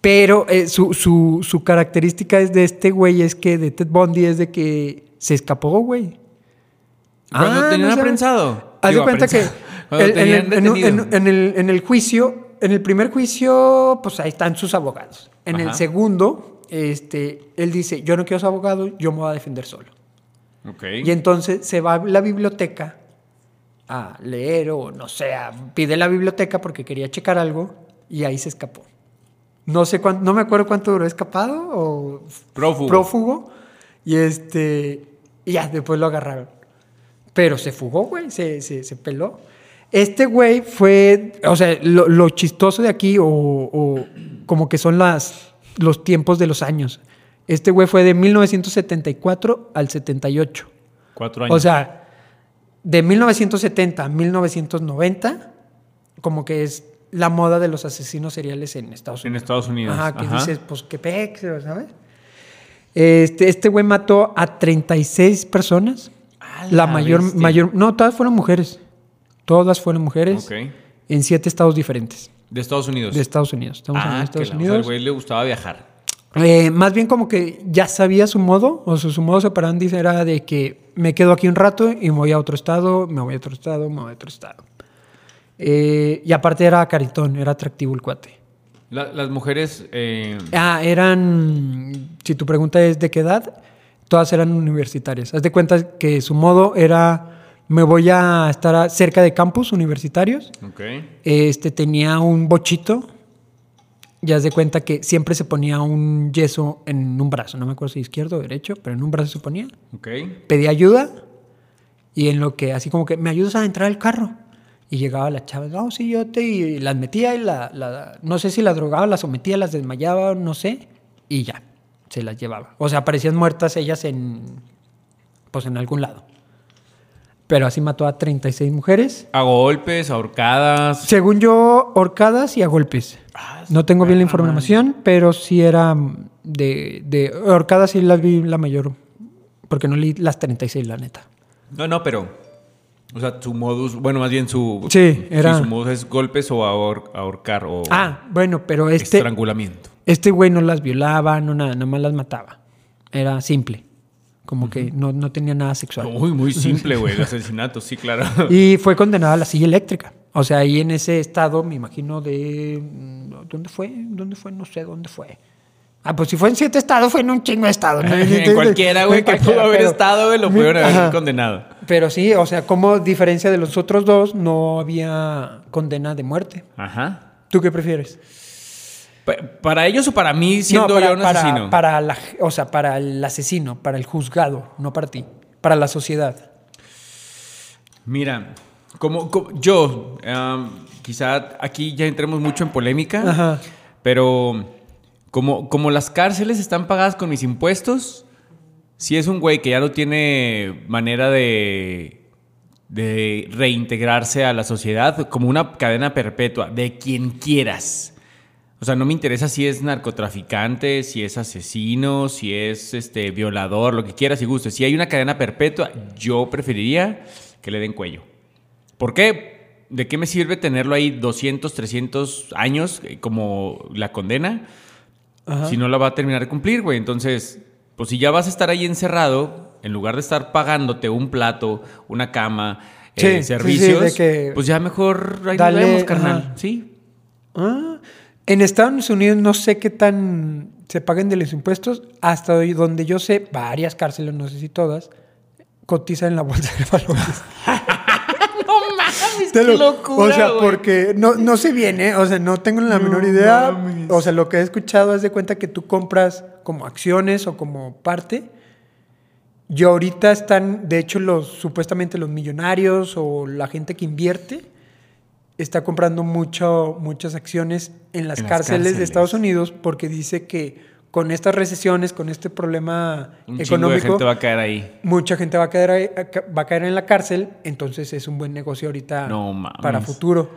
Pero eh, su, su- su característica es de este güey, es que de Ted Bundy es de que se escapó, güey. Ah,
Cuando Ah, tenían
sabes.
aprensado.
Haz de
Digo,
cuenta
aprensado.
que
Cuando
el- en,
tenían
el, en un-
detenido.
en- en el- en el juicio, en el primer juicio, pues ahí están sus abogados. En el
Ajá.
segundo, este, él dice, yo no quiero ser abogado, yo me voy a defender solo.
Ok.
Y entonces se va a la biblioteca a leer o no sé, a- pide la biblioteca porque quería checar algo y ahí se escapó. No sé cuánto, no me acuerdo cuánto duró escapado o
Prófugo.
prófugo. Y este, y ya después lo agarraron. Pero se fugó, güey, se, se, se peló. Este güey fue, o sea, lo, lo chistoso de aquí o, o como que son las, los tiempos de los años. Este güey fue de 1974 al 78.
Cuatro años.
O sea, de 1970 a 1990, como que es la moda de los asesinos seriales en Estados
en
Unidos.
Estados Unidos.
Ajá, que dices, pues qué pex, ¿sabes? Este, este güey mató a 36 personas.
A
La,
la
mayor,
bestia.
mayor. No, todas fueron mujeres. Todas fueron mujeres.
Ok.
En siete estados diferentes
De Estados Unidos.
de Estados Unidos. Estamos
ah,
hablando de Estados
que la- o sea, al
Unidos.
güey le gustaba viajar.
Eh, más bien como que ya sabía su modo, o su, su modo operandi era de que me quedo aquí un rato y me voy a otro estado, me voy a otro estado, me voy a otro estado. Eh, y aparte era caritón, era atractivo el cuate.
La- las mujeres. eh,
Ah, eran, si tu pregunta es de qué edad, todas eran universitarias. Haz de cuenta que su modo era, me voy a estar a- cerca de campus universitarios,
ok.
este tenía un bochito. Ya haz de cuenta que siempre se ponía un yeso en un brazo, no me acuerdo si izquierdo o derecho, pero en un brazo se ponía.
Ok.
Pedía ayuda y en lo que, así como que, ¿me ayudas a entrar al carro? Y llegaba la chava, no, sí, yo te. Y las metía y la, la- No sé si las drogaba, las sometía, las desmayaba, no sé. Y ya, se las llevaba. O sea, aparecían muertas ellas en. Pues en algún lado. Pero así mató a 36 mujeres.
A golpes, ahorcadas.
Según yo, horcadas y a golpes.
Ah,
No tengo bien la
perra,
información, pero sí era mm, de, de horcadas sí las vi la mayor. Porque no leí las 36, la neta.
No, no, pero. O sea, su modus. Bueno, más bien su.
Sí, era-
su modus es golpes o ahor- ahorcar o.
Ah, bueno, pero este
Estrangulamiento.
este güey no las violaba, no nada, nada más las mataba. Era simple. Como que no, no tenía nada sexual.
Uy, muy simple, güey. El asesinato, sí, claro.
Y fue condenado a la silla eléctrica. O sea, ahí en ese estado, me imagino, de... mm, ¿Dónde fue? ¿Dónde fue? No sé dónde fue. Ah, pues si fue en siete estados, fue en un chingo de estados. ¿no?
en cualquiera, güey,
En
que pudo
cualquiera,
haber
pero-
estado, güey, lo pudieron
Ajá.
haber condenado.
Pero sí, o sea, como a diferencia de los otros dos, no había condena de muerte.
Ajá.
¿Tú qué prefieres?
Pa- para ellos o para mí siendo
no, para,
yo un
para-
asesino.
para la, o sea, para el asesino, para el juzgado, no para ti, para la sociedad.
Mira, como, como- yo, em, quizá aquí ya entremos mucho en polémica,
Ajá.
pero como, como las cárceles están pagadas con mis impuestos, si es un güey que ya no tiene manera de, de reintegrarse a la sociedad, como una cadena perpetua, de quien quieras. O sea, no me interesa si es narcotraficante, si es asesino, si es este violador, lo que quieras y guste. Si hay una cadena perpetua, yo preferiría que le den cuello. ¿Por qué? ¿De qué me sirve tenerlo ahí 200, 300 años eh, como la condena
Ajá.
si no la va a terminar de cumplir, güey? Entonces, pues si ya vas a estar ahí encerrado, en lugar de estar pagándote un plato, una cama,
Sí,
eh,
sí, sí,
servicios,
de que-
pues ya mejor ahí
Dale,
nos vemos, carnal.
ajá.
Sí,
Ah, en Estados Unidos no sé qué tan se paguen de los impuestos. Hasta hoy donde yo sé, varias cárceles, no sé si todas, cotizan en la bolsa de valores.
No mames,
Te
qué
lo-
locura.
o sea,
güey.
porque no, no sé bien, ¿eh? O sea, no tengo la
No
menor idea.
mames.
O sea, lo que he escuchado es de cuenta que tú compras como acciones o como parte. Y ahorita están, de hecho, los supuestamente los millonarios o la gente que invierte está comprando mucho, muchas acciones en las,
En las
cárceles, de
cárceles.
Estados Unidos porque dice que con estas recesiones, con este problema
Un chingo de
económico,
gente va a caer ahí.
mucha gente va a caer ahí- a ca- va a caer en la cárcel, entonces es un buen negocio ahorita
No mames.
para futuro.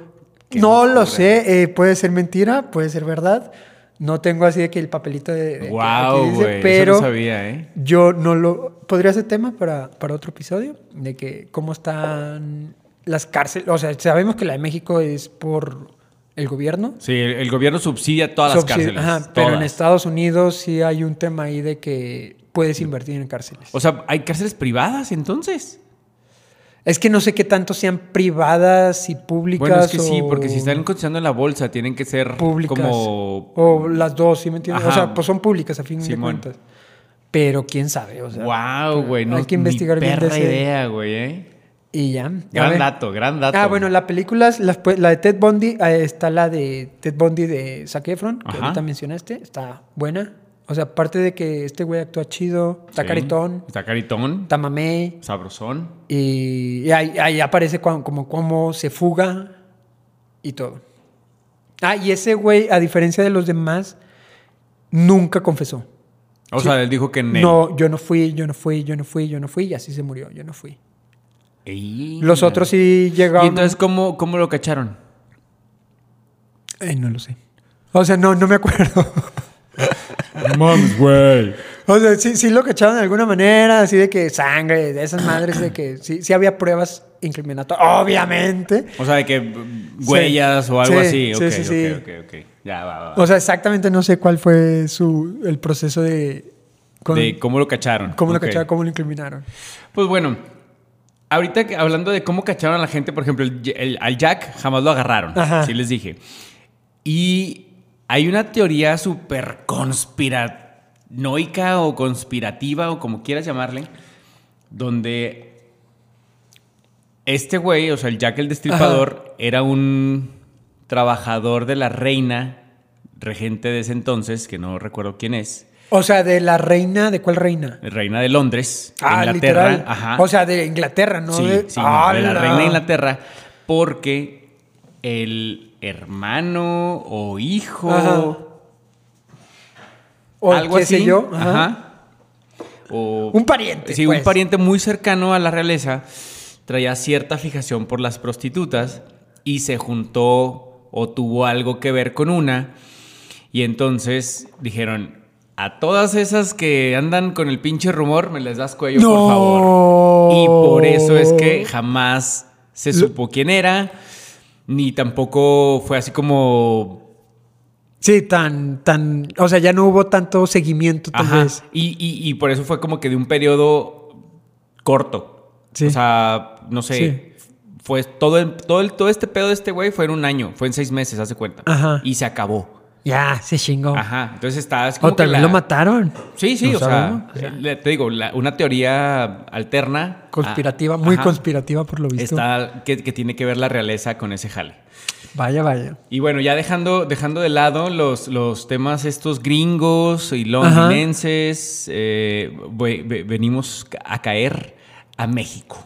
Qué
No
locura.
lo sé, eh, puede ser mentira, puede ser verdad. No tengo así de que el papelito de, de que-
Wow,
aquí dice,
güey.
pero
Eso no sabía, ¿eh?
yo no lo podría ser tema para, para otro episodio de que cómo están las cárceles, o sea, sabemos que la de México es por el gobierno,
Sí, el, el gobierno subsidia todas
Subsidi-
las cárceles.
ajá, pero en
todas.
Estados Unidos sí hay un tema ahí de que puedes invertir en cárceles.
O sea, ¿hay cárceles privadas entonces?
Es que no sé qué tanto sean privadas y públicas.
Bueno, es que sí,
o
porque si están cotizando en la bolsa, tienen que ser
públicas.
como.
O las dos, ¿sí me entiendes? O
Ajá.
sea, pues son públicas a fin
Simón.
de cuentas. Pero quién sabe, o sea.
wow, güey. No,
hay que investigar
ni
bien de
perra
ese-
idea, güey, ¿eh?
Y ya. A
Gran
ver.
dato, gran dato.
Ah, bueno, las películas, las, pues, la de Ted Bundy, eh, está la de Ted Bundy de Zac Efron, que
Ajá.
ahorita mencionaste, está buena. O sea, aparte de que este güey actúa chido, está
Sí.
caritón,
Está caritón.
está mamey,
Sabrosón.
Y, y ahí, ahí aparece cuan- como cómo se fuga y todo. Ah, y ese güey, a diferencia de los demás, nunca confesó.
O sea, él dijo que
No, yo no fui, yo no fui, yo no fui, yo no fui, y así se murió, yo no fui.
Ey.
Los otros sí llegaron.
¿Y entonces cómo, cómo lo cacharon?
Ay, no lo sé. O sea, no, no me acuerdo.
Moms, güey.
o sea, sí, sí lo cacharon de alguna manera, así de que sangre, de esas madres, de que sí, sí había pruebas incriminatorias, obviamente.
O sea, de que mm, huellas
Sí.
o algo
Sí,
así.
sí,
ok,
sí, sí.
ok, ok, ok. Ya, va, va, va.
O sea, exactamente no sé cuál fue su, el proceso de... con-
de cómo lo cacharon.
¿Cómo lo
Ok.
cacharon? ¿Cómo lo incriminaron?
Pues bueno, ahorita que- hablando de cómo cacharon a la gente, por ejemplo, el- el- al Jack jamás lo agarraron.
Ajá.
Sí les dije. Y hay una teoría súper conspiranoica o conspirativa o como quieras llamarle, donde este güey, o sea, el Jack el Destripador, era un trabajador de la reina, regente de ese entonces, que no recuerdo quién es,
O sea, de la reina, ¿de cuál reina? Ah,
reina de Londres, Inglaterra.
literal.
Ajá.
O sea, de Inglaterra, ¿no?
Sí,
de...
sí, no, de la
¡Hala!
reina de Inglaterra, porque el hermano o hijo,
Ajá. O
algo
qué
así,
sé yo.
ajá,
ajá.
o-
Un pariente,
sí,
pues.
un pariente muy cercano a la realeza traía cierta fijación por las prostitutas y se juntó o tuvo algo que ver con una y entonces dijeron a todas esas que andan con el pinche rumor me les das cuello por favor. Y por eso es
Oh.
que jamás se supo quién era, ni tampoco fue así como...
Sí, tan, tan... O sea, ya no hubo tanto seguimiento, tal
Ajá.
vez.
Y, y- y por eso fue como que de un periodo corto.
Sí.
O sea, no sé. Fue todo, el- todo, el- todo este pedo de este güey fue en un año, fue en seis meses, hace cuenta.
Ajá.
Y se acabó.
Ya, se chingó.
Ajá. Entonces está así como
O
que
tal vez
la- Ah,
lo mataron.
Sí, sí,
No
o sea,
sabemos. O sea,
le- te digo, la- una teoría alterna.
Conspirativa,
Ah,
muy
ajá.
conspirativa por lo visto.
Está que, que tiene que ver la realeza con ese jale.
Vaya, vaya.
Y bueno, ya dejando, dejando de lado los, los temas estos gringos y
Ajá.
londinenses, eh, ve- ve- venimos a caer a México,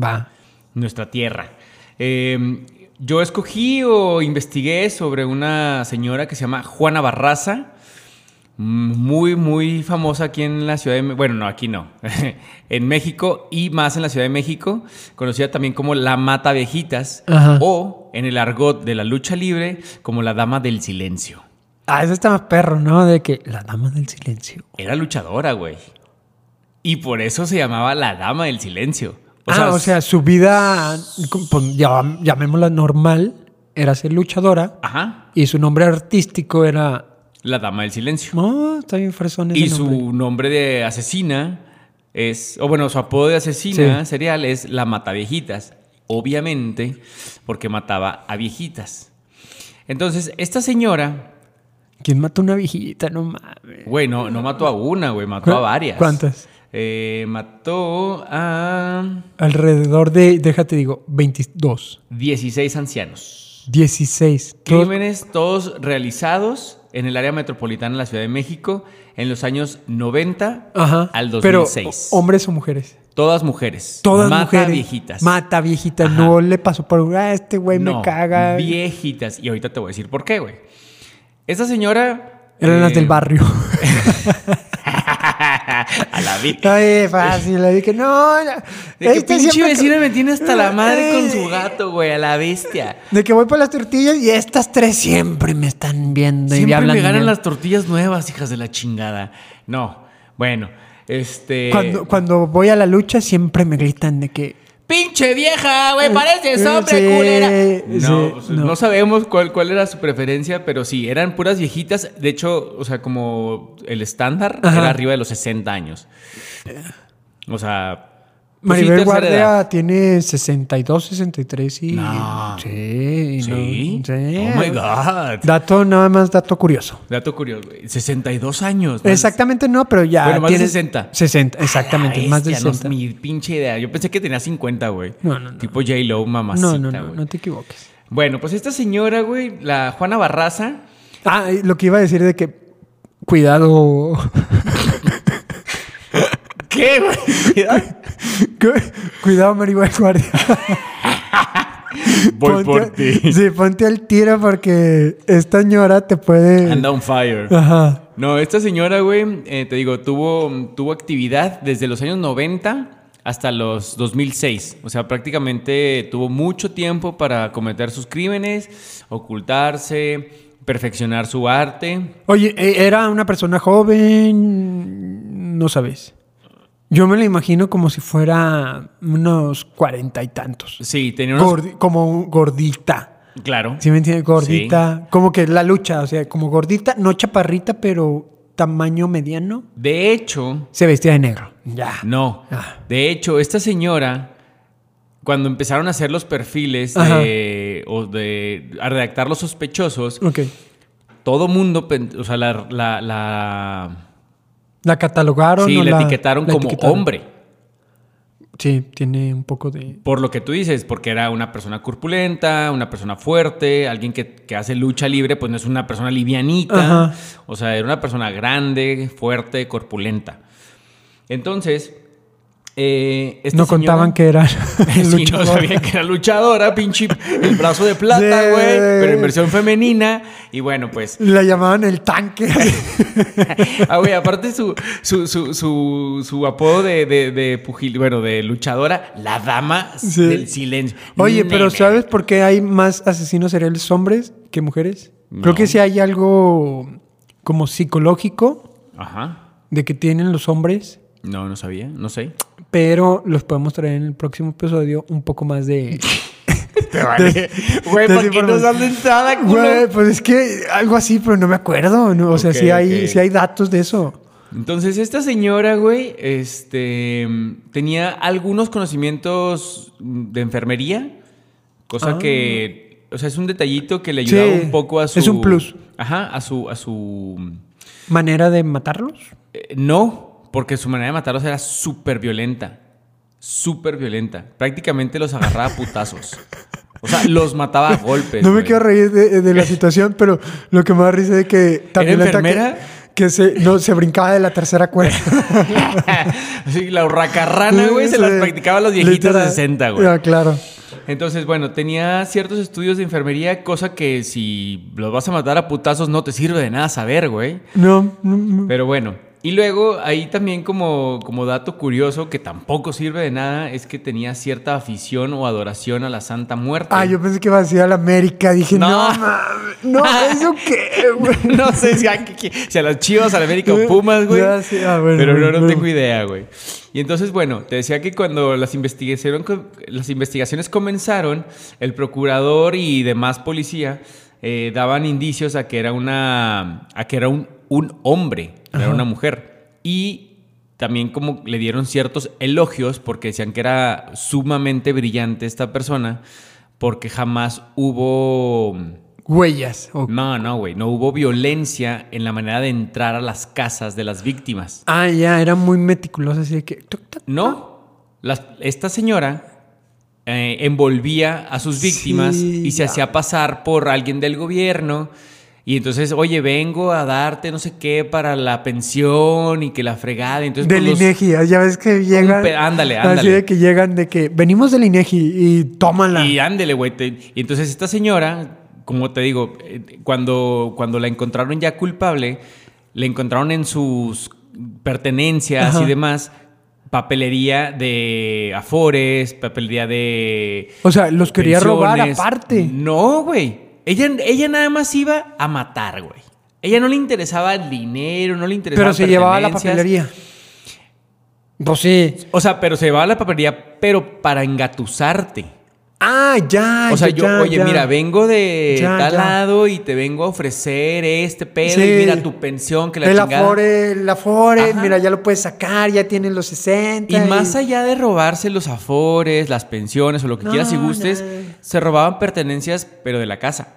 Va.
nuestra tierra. Eh, yo escogí o investigué sobre una señora que se llama Juana Barraza, mm, muy, muy famosa aquí en la Ciudad de México, bueno, no, aquí no, en México y más en la Ciudad de México, conocida también como la Mata Viejitas
Ajá.
o en el argot de la lucha libre como la Dama del Silencio.
Ah, ese está más perro, ¿no? De que la dama del silencio.
Era luchadora, güey. Y por eso se llamaba la Dama del Silencio.
ah, o sea, su vida, com- pues, llam- llamémosla normal, era ser luchadora
Ajá,
y su nombre artístico era.
la Dama del Silencio.
No, está bien fresón ese
Y
nombre.
su nombre de asesina es, o bueno, su apodo de asesina
Sí.
serial es la Mata Viejitas. Obviamente, porque mataba a viejitas. Entonces, esta señora,
¿Quién mató una viejita? No mames.
güey, no, no mató a una, güey, mató a
¿Cu-
varias.
cuántas?
Eh, mató a
Alrededor de, déjate digo, 22,
16 ancianos.
16. Todos-
Crímenes todos realizados en el área metropolitana de la Ciudad de México en los años 90
Ajá.
al
Pero,
2006.
o- ¿hombres o mujeres?
todas mujeres.
Todas
Mata
mujeres.
viejitas.
Mata viejitas.
Ajá.
No le pasó por. Ah, este güey
No,
me caga.
Viejitas. Y ahorita te voy a decir por qué, güey. Esta señora...
Eran las
eh,
del barrio.
a la vida.
Ay, fácil. Le dije, no. no,
De que
este
pinche
siempre- Eh.
vecina me tiene hasta la madre con su
Ay,
gato, güey. A la bestia.
De que voy por las tortillas y estas tres siempre me están viendo y me
Siempre
hablan.
me ganan
bien.
las tortillas nuevas, hijas de la chingada. No. Bueno, este...
Cuando, cuando voy a la lucha siempre me gritan de que.
Pues ¡Pinche vieja, güey!
Eh,
¡Pareces hombre,
sí,
culera!
sí,
No, pues,
no.
no. sabemos cuál, cuál era su preferencia, pero sí, eran puras viejitas. De hecho, o sea, como el estándar
Ajá.
era arriba de los 60 años. O sea... pues sí,
Maribel
tercera edad.
Guardia tiene 62, 63 y.
No.
Sí. no,
Sí.
sí.
Oh my God.
Dato, nada más dato curioso.
Dato curioso, güey. 62 años. más-
Exactamente no, pero ya.
Bueno, más de
tiene-
60.
60, exactamente,
Ay,
más de
bestia, no es
60.
mi pinche idea. Yo pensé que tenía 50, güey.
No, no, no.
Tipo J-Lo, mamacita,
No,
güey.
no, no, no te equivoques.
Bueno, pues esta señora, güey, la Juana Barraza,
Ah, y lo que iba a decir de que. Cuidado.
¿Qué, güey?
Cu- cuidado, Maribel Guardia.
Voy por
Ponte-
ti.
Sí, ponte al tiro porque esta señora te puede.
And on fire.
Ajá.
No, esta señora, güey, eh, te digo, tuvo, tuvo actividad desde los años 90 hasta los 2006. O sea, prácticamente tuvo mucho tiempo para cometer sus crímenes, ocultarse, perfeccionar su arte.
Oye, e- era una persona joven. No sabes. Yo me la imagino como si fuera unos cuarenta y tantos.
Sí, tenía unos...
Gordi- como un- gordita.
Claro.
¿Sí me entiendes? Gordita. Como que la lucha, o sea, como gordita, no chaparrita, pero tamaño mediano.
De hecho,
Se vestía de negro. Ya.
No.
Ah.
De hecho, esta señora, cuando empezaron a hacer los perfiles
Ajá.
de, o de a redactar los sospechosos,
Ok.
todo mundo, pen- o sea, la, la- la-
La catalogaron.
sí,
o
la, etiquetaron
la
como
etiquetaron.
hombre.
Sí, tiene un poco de.
Por lo que tú dices, porque era una persona corpulenta, una persona fuerte, alguien que, que hace lucha libre, pues no es una persona livianita.
Ajá.
O sea, era una persona grande, fuerte, corpulenta. Entonces, eh, esta
no
señora-
contaban que era
Sí, no
luchador.
este sabía que era luchadora, pinche el brazo de plata,
Sí.
güey, pero en versión femenina. Y bueno, pues,
La llamaban el tanque.
ah, güey, aparte su, su, su, su, su apodo de, de, de pugil, bueno, de luchadora, la dama
Sí.
del silencio.
Oye,
Nene.
pero ¿sabes por qué hay más asesinos seriales hombres que mujeres? Creo
No.
que sí hay algo como psicológico
Ajá.
de que tienen los hombres,
No, no sabía, no sé.
pero los podemos traer en el próximo episodio un poco más de...
Te vale. Güey, ¿por qué no
desinformación.
das entrada, culo?
Güey, pues es que algo así, pero no me acuerdo. ¿no? O sea,
Ok,
sí hay,
ok.
sí hay datos de eso.
Entonces, esta señora, güey, este, tenía algunos conocimientos de enfermería, cosa
Ah.
que, o sea, es un detallito que le ayudaba
Sí,
un poco a su...
es un plus.
Ajá, a su, a su...
¿Manera de matarlos?
eh, no, porque su manera de matarlos era súper violenta, súper violenta. Prácticamente los agarraba a putazos. O sea, los mataba a golpes.
No me
güey.
quiero reír de, de la situación, pero lo que me da risa es que también
¿Era
la ataque-
enfermera?
que se, no, se brincaba de la tercera cuerda.
Sí, la hurracarrana, Ah, güey, se
Sí,
las practicaba a los viejitos
literal.
de 60, güey.
Ah, claro.
Entonces, bueno, tenía ciertos estudios de enfermería, cosa que si los vas a matar a putazos no te sirve de nada saber, güey.
No, no, no.
Pero bueno, y luego ahí también como, como dato curioso que tampoco sirve de nada es que tenía cierta afición o adoración a la Santa Muerte.
Ah, yo pensé que iba a decir a la América. Dije, no,
No.
mames. No, ¿eso qué, güey?
no sé si a, si a las Chivas, al América o Pumas, güey.
Ya sé. Ah, bueno,
Pero no, no
bueno.
tengo idea, güey. Y entonces, bueno, te decía que cuando las investigaciones, las investigaciones comenzaron, el procurador y demás policía eh, daban indicios a que era una. a que era un, un hombre, no era una mujer. Y también como le dieron ciertos elogios porque decían que era sumamente brillante esta persona porque jamás hubo
Huellas. o-
no, no, güey. No hubo violencia en la manera de entrar a las casas de las víctimas.
Ah, ya, era muy meticuloso, así de que. tuc, tuc.
No. Las- esta señora eh, envolvía a sus víctimas
Sí,
y se
ya.
hacía pasar por alguien del gobierno. Y entonces, oye, vengo a darte no sé qué para la pensión y que la fregada. Entonces,
Del
pues, los-
INEGI, ya ves que llegan.
pe- ándale,
Así
ándale.
de que llegan de que venimos del INEGI y tómala.
Y ándele, güey. te- Y entonces esta señora, como te digo, eh, cuando, cuando la encontraron ya culpable, le encontraron en sus pertenencias
Ajá.
y demás papelería de afores, papelería de...
O sea, los quería robar
pensiones.
aparte.
No, güey. Ella, ella nada más iba a matar, güey. Ella no le interesaba el dinero, no le interesaba
Pero se llevaba la
pertenencias.
papelería. Pues sí.
O sea, pero se llevaba la papelería, pero para engatusarte.
Ah, ya.
O sea,
ya,
yo,
ya,
oye,
ya.
mira, vengo de
Ya,
tal
ya.
lado y te vengo a ofrecer este pedo
Sí.
y mira tu pensión que la
el
chingada.
Afore, el Afore,
Ajá.
mira, ya lo puedes sacar, ya tienes los 60.
Y más allá de robarse los afores, las pensiones o lo que
No,
quieras y gustes,
no.
se robaban pertenencias, pero de la casa.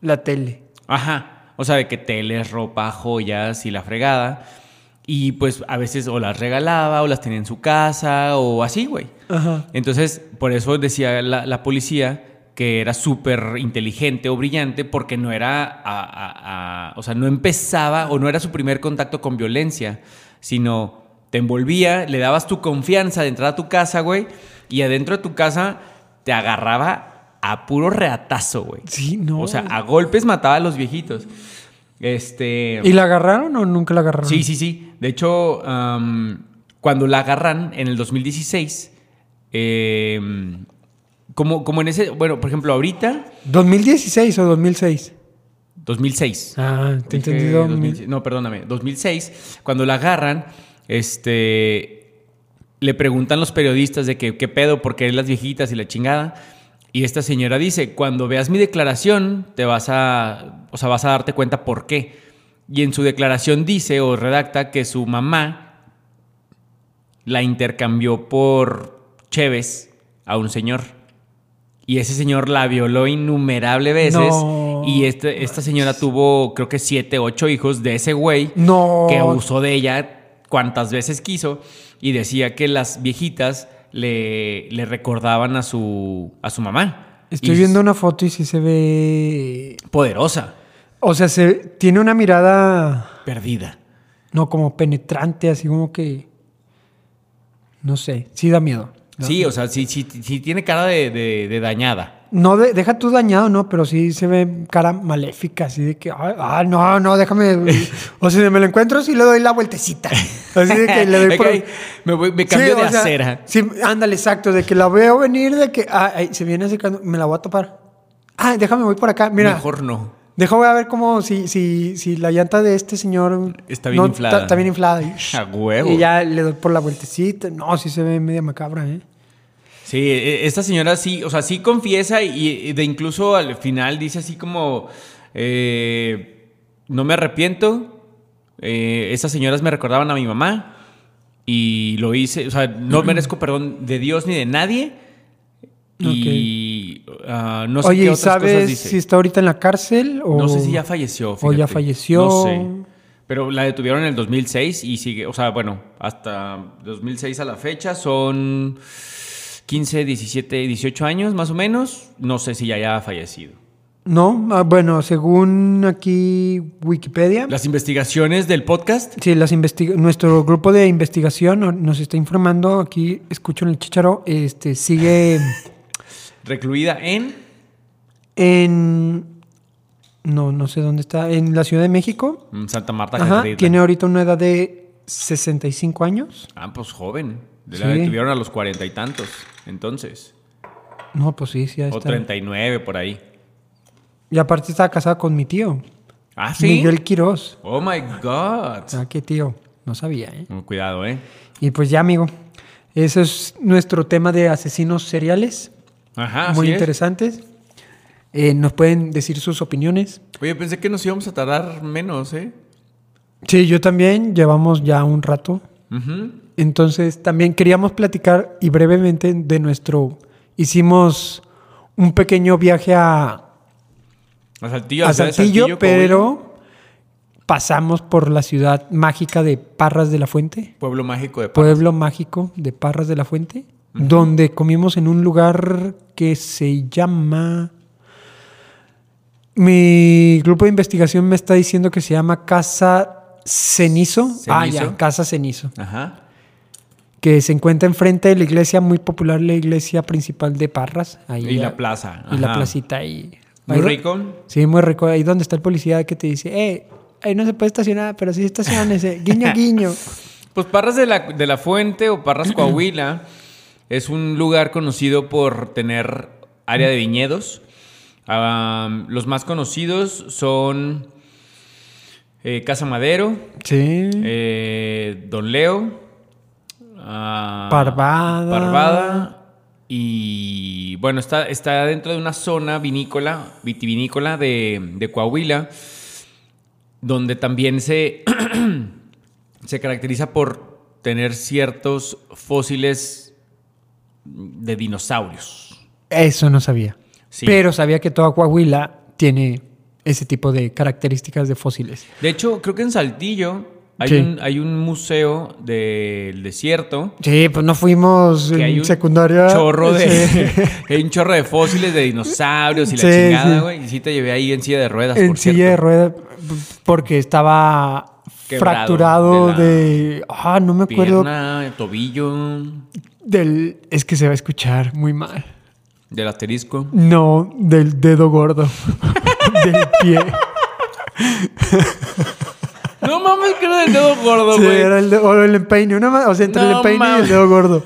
La tele.
Ajá. O sea, de que teles, ropa, joyas y la fregada. Y pues a veces o las regalaba o las tenía en su casa o así, güey.
Ajá.
Entonces, por eso decía la, la policía que era súper inteligente o brillante porque no era, a- a- a- o sea, no empezaba o no era su primer contacto con violencia, sino te envolvía, le dabas tu confianza de entrar a tu casa, güey, y adentro de tu casa te agarraba a puro reatazo, güey.
Sí, no.
O sea, a golpes mataba a los viejitos. Este...
¿Y la agarraron o nunca la agarraron?
Sí, sí, sí. De hecho, am, cuando la agarran en el 2016, em, como, como en ese, bueno, por ejemplo, ahorita,
2016 o 2006.
2006.
Ah, te
Dije
entendí. 2000.
2006, no, perdóname, 2006, cuando la agarran, este, le preguntan los periodistas de que, qué pedo, porque es las viejitas y la chingada. Y esta señora dice, cuando veas mi declaración, te vas a, o sea, vas a darte cuenta por qué. Y en su declaración dice o redacta que su mamá la intercambió por Chévez a un señor. Y ese señor la violó innumerable veces.
No.
y este- esta señora tuvo, creo que siete, ocho hijos de ese güey
No.
que abusó de ella cuantas veces quiso y decía que las viejitas le, le recordaban a su, a su mamá.
Estoy
Y
viendo una foto y sí se ve.
es Poderosa,
O sea, se tiene una mirada.
perdida.
No, como penetrante, así como que. No sé. Sí da miedo.
Sí, o sea, sí, sí, sí tiene cara de, de- de dañada.
No, de- deja tú dañado, ¿no? Pero sí se ve cara maléfica, así de que, ah, ah, no, no, déjame. O sea, si me lo encuentro, sí le doy la vueltecita. Así de que le doy
Ok,
por...
me, voy- me
Sí,
cambio de
o sea,
acera.
Sí, ándale, exacto, de que la veo venir, de que, ah, ay, se viene acercando, me la voy a topar. Ah, déjame, voy por acá, mira.
Mejor no.
Deja, voy a ver cómo, si, si, si la llanta de este señor...
Está bien
no,
inflada.
Está, está bien inflada. Y,
A huevo.
Y ya le doy por la vueltecita. No, sí se ve media macabra, ¿eh?
Sí, e- esta señora sí, o sea, sí confiesa y y de incluso al final dice así como, eh, no me arrepiento, eh, estas señoras me recordaban a mi mamá y lo hice, o sea, no merezco perdón de Dios ni de nadie y ah, no sé
Oye,
qué
¿y
otras cosas
sabes
dice.
si está ahorita en la cárcel o...?
No sé si ya falleció.
o ya
fíjate.
falleció.
No sé. Pero la detuvieron en el 2006 y sigue, o sea, bueno, hasta 2006 a la fecha son 15, 17, 18 años más o menos. No sé si ya haya fallecido.
No, ah, bueno, según aquí Wikipedia,
Las investigaciones del podcast.
sí, las investi- nuestro grupo de investigación no- nos está informando, aquí escucho en el chicharo, este, sigue
Recluida en.
en, no, no sé dónde está, en la Ciudad de México.
mm, Santa Marta,
Ajá,
Catitla.
tiene ahorita una edad de 65 años.
Ah, pues joven. De
Sí.
la detuvieron a los cuarenta y tantos. Entonces.
No, pues sí, sí, ya
O
está.
39 por ahí.
Y aparte estaba casada con mi tío,
Ah, sí.
Miguel Quirós.
Oh my God.
Ah, qué tío, no sabía, ¿eh?
Mm, Cuidado, ¿eh?
Y pues ya, amigo, ese es nuestro tema de asesinos seriales. muy
Ajá. Ah, así es.
interesantes. Eh, nos pueden decir sus opiniones.
Oye, pensé que nos íbamos a tardar menos, ¿eh?
Sí, yo también. Llevamos ya un rato.
Ujú.
Entonces, también queríamos platicar y brevemente de nuestro... Hicimos un pequeño viaje a,
A Saltillo,
a
la ciudad de
Saltillo,
Coahuila.
pero pasamos por la ciudad mágica de Parras de la Fuente.
Pueblo mágico de Puebla.
pueblo mágico de Parras de la Fuente, donde comimos en un lugar que se llama... Mi grupo de investigación me está diciendo que se llama Casa Cenizo. Ah,
Cenizo.
ya, Casa Cenizo.
Ajá.
Que se encuentra enfrente de la iglesia muy popular, la iglesia principal de Parras. Ahí
Y
ya-
la plaza.
Y la
ajá.
placita ahí.
Muy
Ahí-
rico.
Sí, muy rico. Ahí donde está el policía que te dice, eh, ahí no se puede estacionar, pero sí estaciones, eh, guiño, guiño.
Pues Parras de la, de la Fuente o Parras Coahuila es un lugar conocido por tener área de viñedos. Am, los más conocidos son eh, Casa Madero,
Sí.
eh, Don Leo, ah,
Parvada.
Parvada, Y bueno, está, está dentro de una zona vinícola, vitivinícola de, de Coahuila, donde también se, se caracteriza por tener ciertos fósiles de dinosaurios.
Eso no sabía.
Sí.
Pero sabía que toda Coahuila tiene ese tipo de características de fósiles.
De hecho, creo que en Saltillo hay,
Sí.
un, hay un museo del desierto.
Sí, pues no fuimos
Que hay
en
un
secundaria.
chorro de.
Ah, Sí.
hay un chorro de fósiles de dinosaurios y la
Sí,
chingada,
sí.
güey. Y sí te llevé ahí en silla de ruedas,
en
Ah, por
silla de
cierto.
ruedas porque estaba
Quebrado
fracturado
de la
de... Ah, no me acuerdo.
Pierna, tobillo,
Del... Es que se va a escuchar muy mal.
del asterisco.
No, del dedo gordo. del pie.
No mames, que era del dedo gordo,
Sí,
güey.
era el, de- o el empeine, una ma- o sea, entre el
No
empeine y
mames.
el dedo gordo.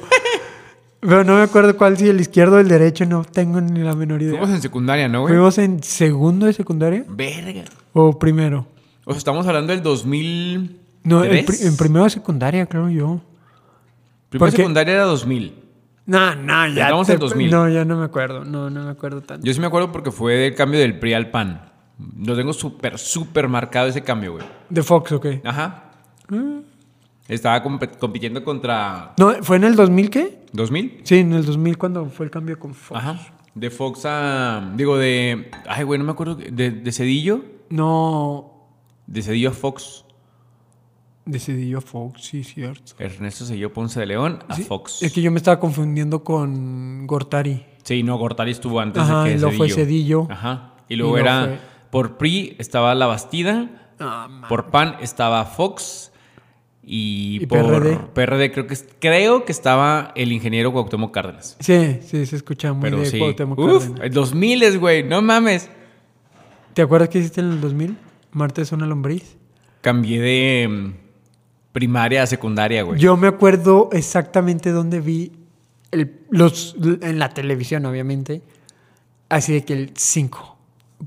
Pero no me acuerdo cuál, si el izquierdo o el derecho, no tengo ni la menor idea.
Fuimos en secundaria, ¿no, güey?
¿Fuimos en segundo de secundaria
Verga.
o primero?
O sea, estamos hablando del 2000.
No, en, pri- en primero de secundaria, creo yo.
Primero
porque-
secundaria era 2000.
No, no, ya.
Estamos en 2000.
No, ya no me acuerdo. No, no me acuerdo tanto.
Yo sí me acuerdo porque fue del cambio del PRI al PAN. Lo tengo súper, súper marcado ese cambio, güey.
¿De Fox o qué?
Ajá.
Mm.
Estaba comp- compitiendo contra
No, ¿fue en el 2000 qué?
2000.
Sí, en el 2000 cuando fue el cambio con Fox.
Ajá. De Fox a. Digo, de. Ay, güey, no me acuerdo. De, de Cedillo.
No,
De Cedillo a Fox.
decidí yo Fox, sí, cierto.
Ernesto Cedillo Ponce de León a Fox.
Es que yo me estaba confundiendo con Gortari.
Sí, no, Gortari estuvo antes
Ajá,
de
y
que
luego fue Cedillo.
Ajá. Y
Y
luego
luego
era.
fue-
Por PRI estaba La Bastida.
Ah, ma-
Por PAN estaba Fox. Y,
Y
por
PRD.
PRD creo que, es- creo que estaba el ingeniero Cuauhtémoc Cárdenas.
Sí, sí, se escucha muy
Pero
de
sí.
Cuauhtémoc
Uf,
Cárdenas.
en 2000, güey. No mames.
¿Te acuerdas que hiciste en el 2000? Martes una lombriz.
Cambié de mm, primaria a secundaria, güey.
Yo me acuerdo exactamente dónde vi el- los en la televisión, obviamente. Así de que el 5,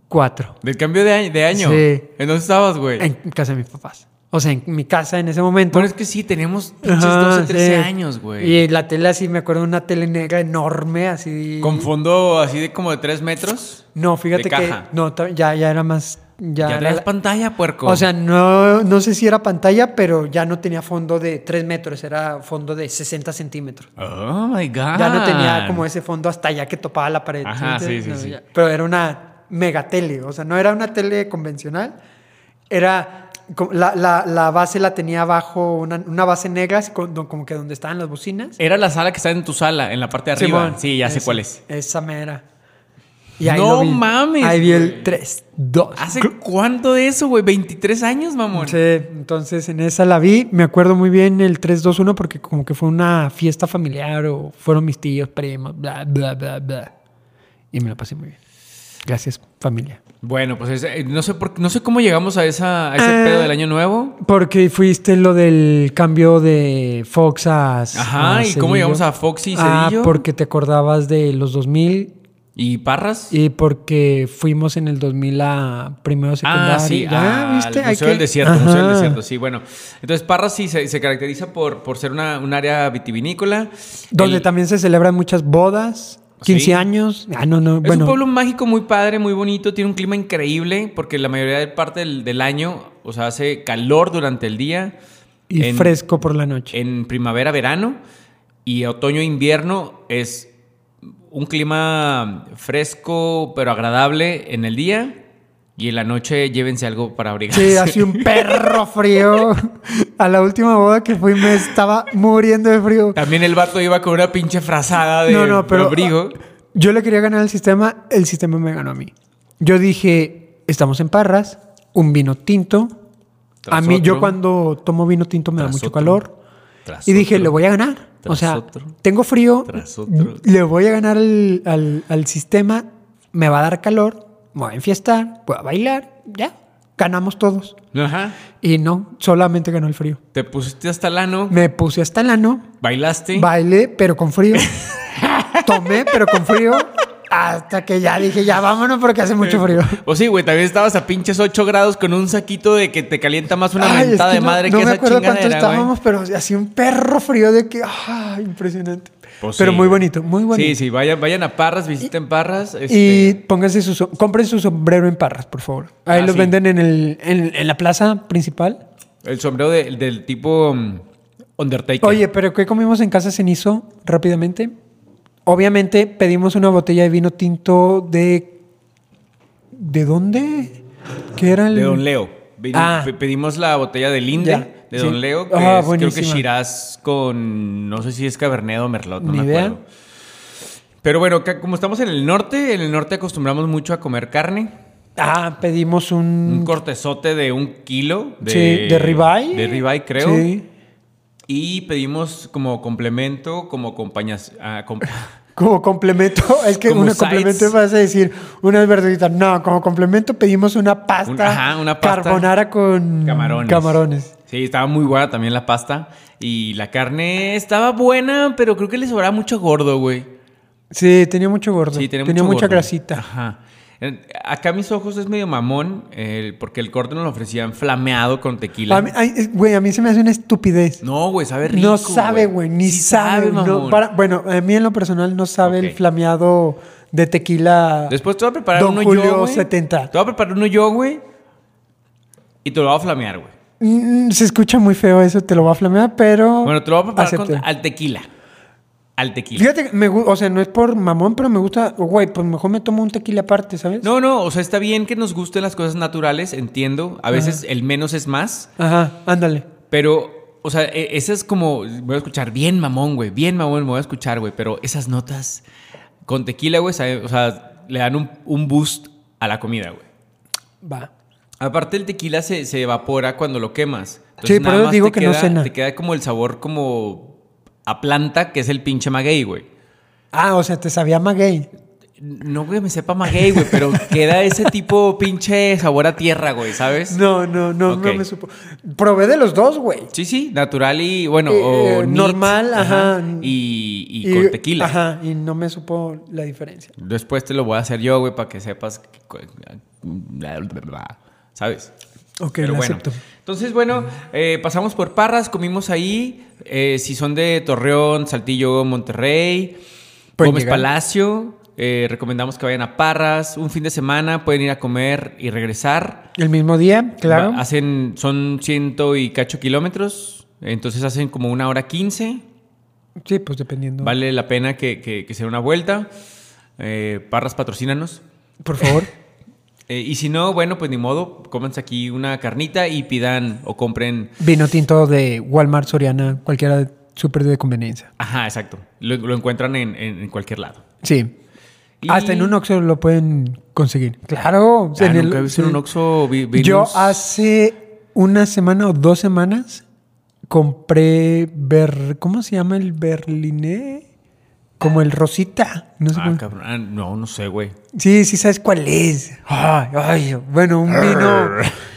4,
Del cambio de año. De año.
Sí.
¿En dónde estabas, güey?
en casa de mis papás. O sea, en mi casa en ese momento.
Bueno, es que sí, tenemos pinches
Ajá,
12, 13
sí.
años, güey.
Y la tele así, me acuerdo de una tele negra enorme, así.
Con fondo así de como de 3 metros.
no, fíjate
de caja.
que. No, ta- ya, ya era más. Ya,
Ya,
era
traías
la-
pantalla, puerco.
O sea, no, no sé si era pantalla, pero ya no tenía fondo de 3 metros, era fondo de 60 centímetros.
Oh my God.
Ya no tenía como ese fondo hasta allá que topaba la pared.
Ah. Ajá,
¿sí me entiendes?
sí, sí,
No,
sí.
ya. Pero era una mega tele, o sea, no era una tele convencional, era como la, la- la base la tenía abajo una, una base negra, así con- do- como que donde estaban las bocinas.
Era la sala que está en tu sala, en la parte de arriba.
Simón.
sí, ya sé
Esa-
cuál es.
Esa mera.
No
lo vi.
mames,
Ahí vi
güey.
el 3, 2.
¿Hace cuánto de eso, güey? ¿23 años, mamón?
Sí, entonces en esa la vi. Me acuerdo muy bien el 3-2-1 porque como que fue una fiesta familiar o fueron mis tíos, primos, bla, bla, bla, bla. Y me la pasé muy bien. Gracias, familia.
Bueno, pues es- eh, no, sé por, no sé cómo llegamos a, esa, a ese
Ah.
pedo del año nuevo.
Porque fuiste lo del cambio de Fox a.
Ajá, ¿y cómo llegamos a Foxy y
Ah,
Cedillo?
porque te acordabas de los 2000
¿Y Parras?
y porque fuimos en el 2000 a primero secundaria.
Ah, sí,
Ya,
al
¿viste? Hay
Museo
que-
del Desierto, Museo del
Ajá.
Desierto, sí, bueno. Entonces, Parras sí se, se caracteriza por, por ser una, un área vitivinícola.
Donde
El-
también se celebran muchas bodas, 15
Sí.
años. Ah, no, no,
Es
bueno.
un pueblo mágico muy padre, muy bonito, tiene un clima increíble porque la mayoría de parte del, del año, o sea, hace calor durante el día.
y
en-
fresco por la noche.
En primavera, verano y otoño, invierno es un clima fresco pero agradable en el día y en la noche llévense algo para abrigarse.
Sí, así un perro frío. A la última boda que fui me estaba muriendo de frío.
También el vato iba con una pinche frazada Ah, de
No, no, pero-
abrigo.
Yo le quería ganar al sistema, el sistema me ganó a mí. Yo dije, estamos en Parras, un vino tinto. a
Tras
mí, yo
otro.
cuando tomo vino tinto me da
Tras
mucho
otro.
calor.
Tras
Y dije,
otro.
le voy a ganar. O
Tras
sea,
otro.
tengo frío,
Tras otro.
le voy a ganar al, al- al sistema, me va a dar calor, me voy a enfiestar, voy a bailar, ya, ganamos todos.
Ajá.
Y no, solamente ganó el frío.
Te pusiste hasta el ano,
Me puse hasta el ano,
bailaste.
bailé, pero con frío. Tomé, pero con frío. Hasta que ya dije, ya vámonos porque hace mucho frío.
O sí, güey, también estabas a pinches 8 grados con un saquito de que te calienta más una
Ay, es
mentada
que
de madre
no,
que
no me
esa
acuerdo cuánto
chingadera, güey.
estábamos, pero así un perro frío de que, ah, impresionante.
Pues
pero
sí,
muy
güey.
bonito, muy bonito.
Sí, sí, vayan, vayan a Parras, visiten Parras. este,
Y pónganse su, som- compren su sombrero en Parras, por favor. Ahí
Ah,
los
sí.
venden en, el, en, en la plaza principal.
El sombrero de- del tipo mm, Undertaker.
Oye, pero ¿qué comimos en casa cenizo rápidamente? Obviamente pedimos una botella de vino tinto de... ¿De dónde? ¿Qué era el...?
De Don Leo. Vin-
mm. Ah.
pe- Pedimos la botella de
Ya,
Linda, de
sí.
Don Leo, que
Ah,
es, creo que
buenísima.
Shiraz con, no sé si es Cabernet o Merlot, no
Ni
me
idea.
acuerdo. Pero bueno, acá como estamos en el norte, en el norte acostumbramos mucho a comer carne.
Ah, pedimos un...
Un cortezote de un kilo. Mm, De,
Mm. sí, de ribeye.
De ribeye, creo.
Sí.
Y pedimos como complemento, como compañías... ah, com-
Como complemento, es que
Como
una
sides.
complemento vas a decir unas verduritas. No, como complemento pedimos una pasta,
Un- ajá, una pasta.
carbonara con
Camarones.
camarones.
Sí, estaba muy buena también la pasta. Y la carne estaba buena, pero creo que le sobraba mucho gordo, güey.
Sí, tenía mucho gordo.
Sí, tenía,
tenía
mucho
mucha
gordo.
grasita.
Ajá. En- Acá a mis ojos es medio mamón, eh, porque el corte nos lo ofrecían flameado con tequila.
A mí- ay, es- Güey, a mí se me hace una estupidez.
No, güey, sabe rico.
no sabe, güey, ni
Sí
sabe. no,
mamón.
para- bueno, a mí en lo personal no sabe
Ok.
el flameado de tequila.
Después te voy a preparar
Don
uno
Julio
yo, güey.
70.
Te voy a preparar uno yo, güey. Y te lo voy a flamear, güey.
Mm, se escucha muy feo eso, te lo va a flamear, pero.
Bueno, te lo voy a preparar con-
acepto.
al tequila. Al tequila.
Fíjate, que me gu- o sea, no es por mamón, pero me gusta, oh, güey, pues mejor me tomo un tequila aparte, ¿sabes?
No, no, o sea, está bien que nos gusten las cosas naturales, entiendo. A veces el menos es más,
Ajá, ándale.
pero, o sea, e- esa es como, voy a escuchar bien mamón, güey, bien mamón, me voy a escuchar, güey, pero esas notas con tequila, güey, sabe- o sea, le dan un, un boost a la comida, güey.
Va.
Aparte el tequila se, se evapora cuando lo quemas.
Sí, por
nada
eso
más
digo
te
que no
queda-
cena.
Te queda como el sabor como a planta, que es el pinche maguey, güey.
Ah, o sea, te sabía maguey.
No, güey, me sepa maguey, güey, pero queda ese tipo pinche sabor a tierra, güey, ¿sabes?
No, no, no,
Ok.
no me supo. Probé de los dos, güey.
Sí, sí, natural y bueno,
Eh,
o
eh,
neat,
normal, ajá.
Y, y con tequila.
Ajá, y no me supo la diferencia.
Después te lo voy a hacer yo, güey, para que sepas. que cu- bla, bla, bla, ¿Sabes?
Ok,
Pero
la
bueno.
acepto.
Entonces, bueno, eh, pasamos por Parras, comimos ahí. eh, si son de Torreón, Saltillo, Monterrey,
Pueden
Gómez
llegar.
Palacio, eh, recomendamos que vayan a Parras. Un fin de semana pueden ir a comer y regresar.
El mismo día, claro.
Va- Hacen, son ciento y cacho kilómetros. Entonces hacen como una hora quince.
Sí, pues dependiendo.
Vale la pena que, que, que sea una vuelta. Eh, Parras, patrocínanos.
Por favor.
Eh, y si no, bueno, pues ni modo, cómanse aquí una carnita y pidan o compren.
Vino tinto de Walmart, Soriana, cualquiera súper de conveniencia.
Ajá, exacto. Lo, lo encuentran en, en- en cualquier lado.
Sí.
Y-
Hasta en un Oxxo lo pueden conseguir. Claro.
Ah,
Pues en el-
nunca he visto en
sí.
un Oxxo. vi- vi
Yo
los-
hace una semana o dos semanas compré ber... ¿Cómo se llama el berliné? Como el rosita. No sé
Ah,
cómo-
cabrón. Ah, no, no sé, güey.
Sí, sí sabes cuál es. Ay, ay, bueno, un vino.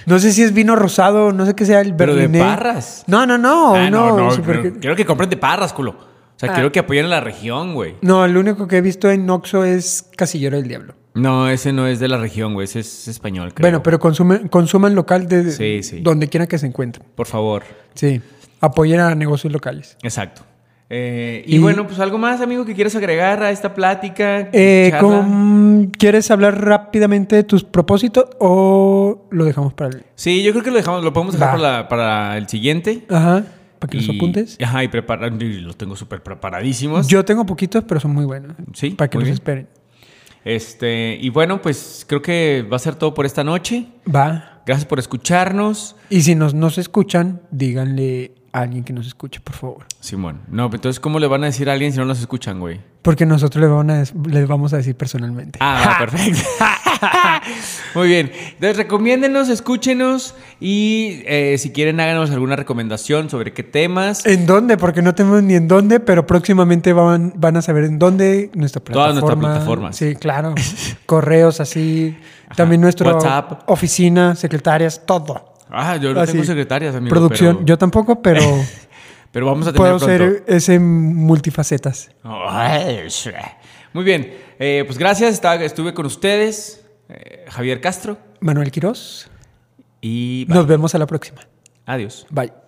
No sé si es vino rosado, no sé qué sea el
Pero de
berliné.
parras.
No, no, no.
Ah,
no, Ah.
no, no.
super-
pero Quiero que compren de parras, culo. O sea, quiero que apoyen a la región, güey.
No, el único que he visto en Oxxo es Casillero del Diablo.
No, ese no es de la región, güey. Ese es español, creo.
Bueno, pero consumen, consuman local de
Sí, sí.
donde quiera que se encuentren.
Por favor.
Sí. Apoyen a negocios locales.
Exacto. Eh, y,
Y-
bueno, pues algo más, amigo, que quieras agregar a esta plática.
Eh,
charla?
¿con- ¿Quieres hablar rápidamente de tus propósitos o lo dejamos para el.
Sí, yo creo que lo dejamos, lo podemos dejar
Va.
para, la- para el siguiente.
Ajá, para que los
Y-
apuntes?
Ajá, y preparar, y los tengo súper preparadísimos.
Yo tengo poquitos, pero son muy buenos.
Sí,
Para que
muy
los
bien.
esperen.
Este, y bueno, pues creo que va a ser todo por esta noche.
Va.
Gracias por escucharnos.
Y si nos, nos escuchan, díganle a alguien que nos escuche, por favor.
Simón. No, pero entonces, ¿cómo le van a decir a alguien si no nos escuchan, güey?
Porque nosotros les, van a des- les vamos a decir personalmente.
Ah, perfecto. Muy bien. Entonces, recomiéndenos, escúchenos y eh, si quieren, háganos alguna recomendación sobre qué temas.
¿En dónde? Porque no tenemos ni en dónde, pero próximamente van, van a saber en dónde nuestra
Todas
plataforma.
nuestras plataformas.
Sí, claro. Correos así. También nuestra
WhatsApp.
oficina, secretarias, todo.
Ah, yo no
Así.
tengo secretarias, amigo.
Producción.
pero-
Yo tampoco, pero
Pero vamos a tener
puedo
pronto.
ser ese multifacetas.
Ay, sí. Muy bien. Eh, pues gracias. Estaba- estuve con ustedes, eh, Javier Castro.
Manuel Quirós.
Y bye.
Nos vemos a la próxima.
adiós.
Bye.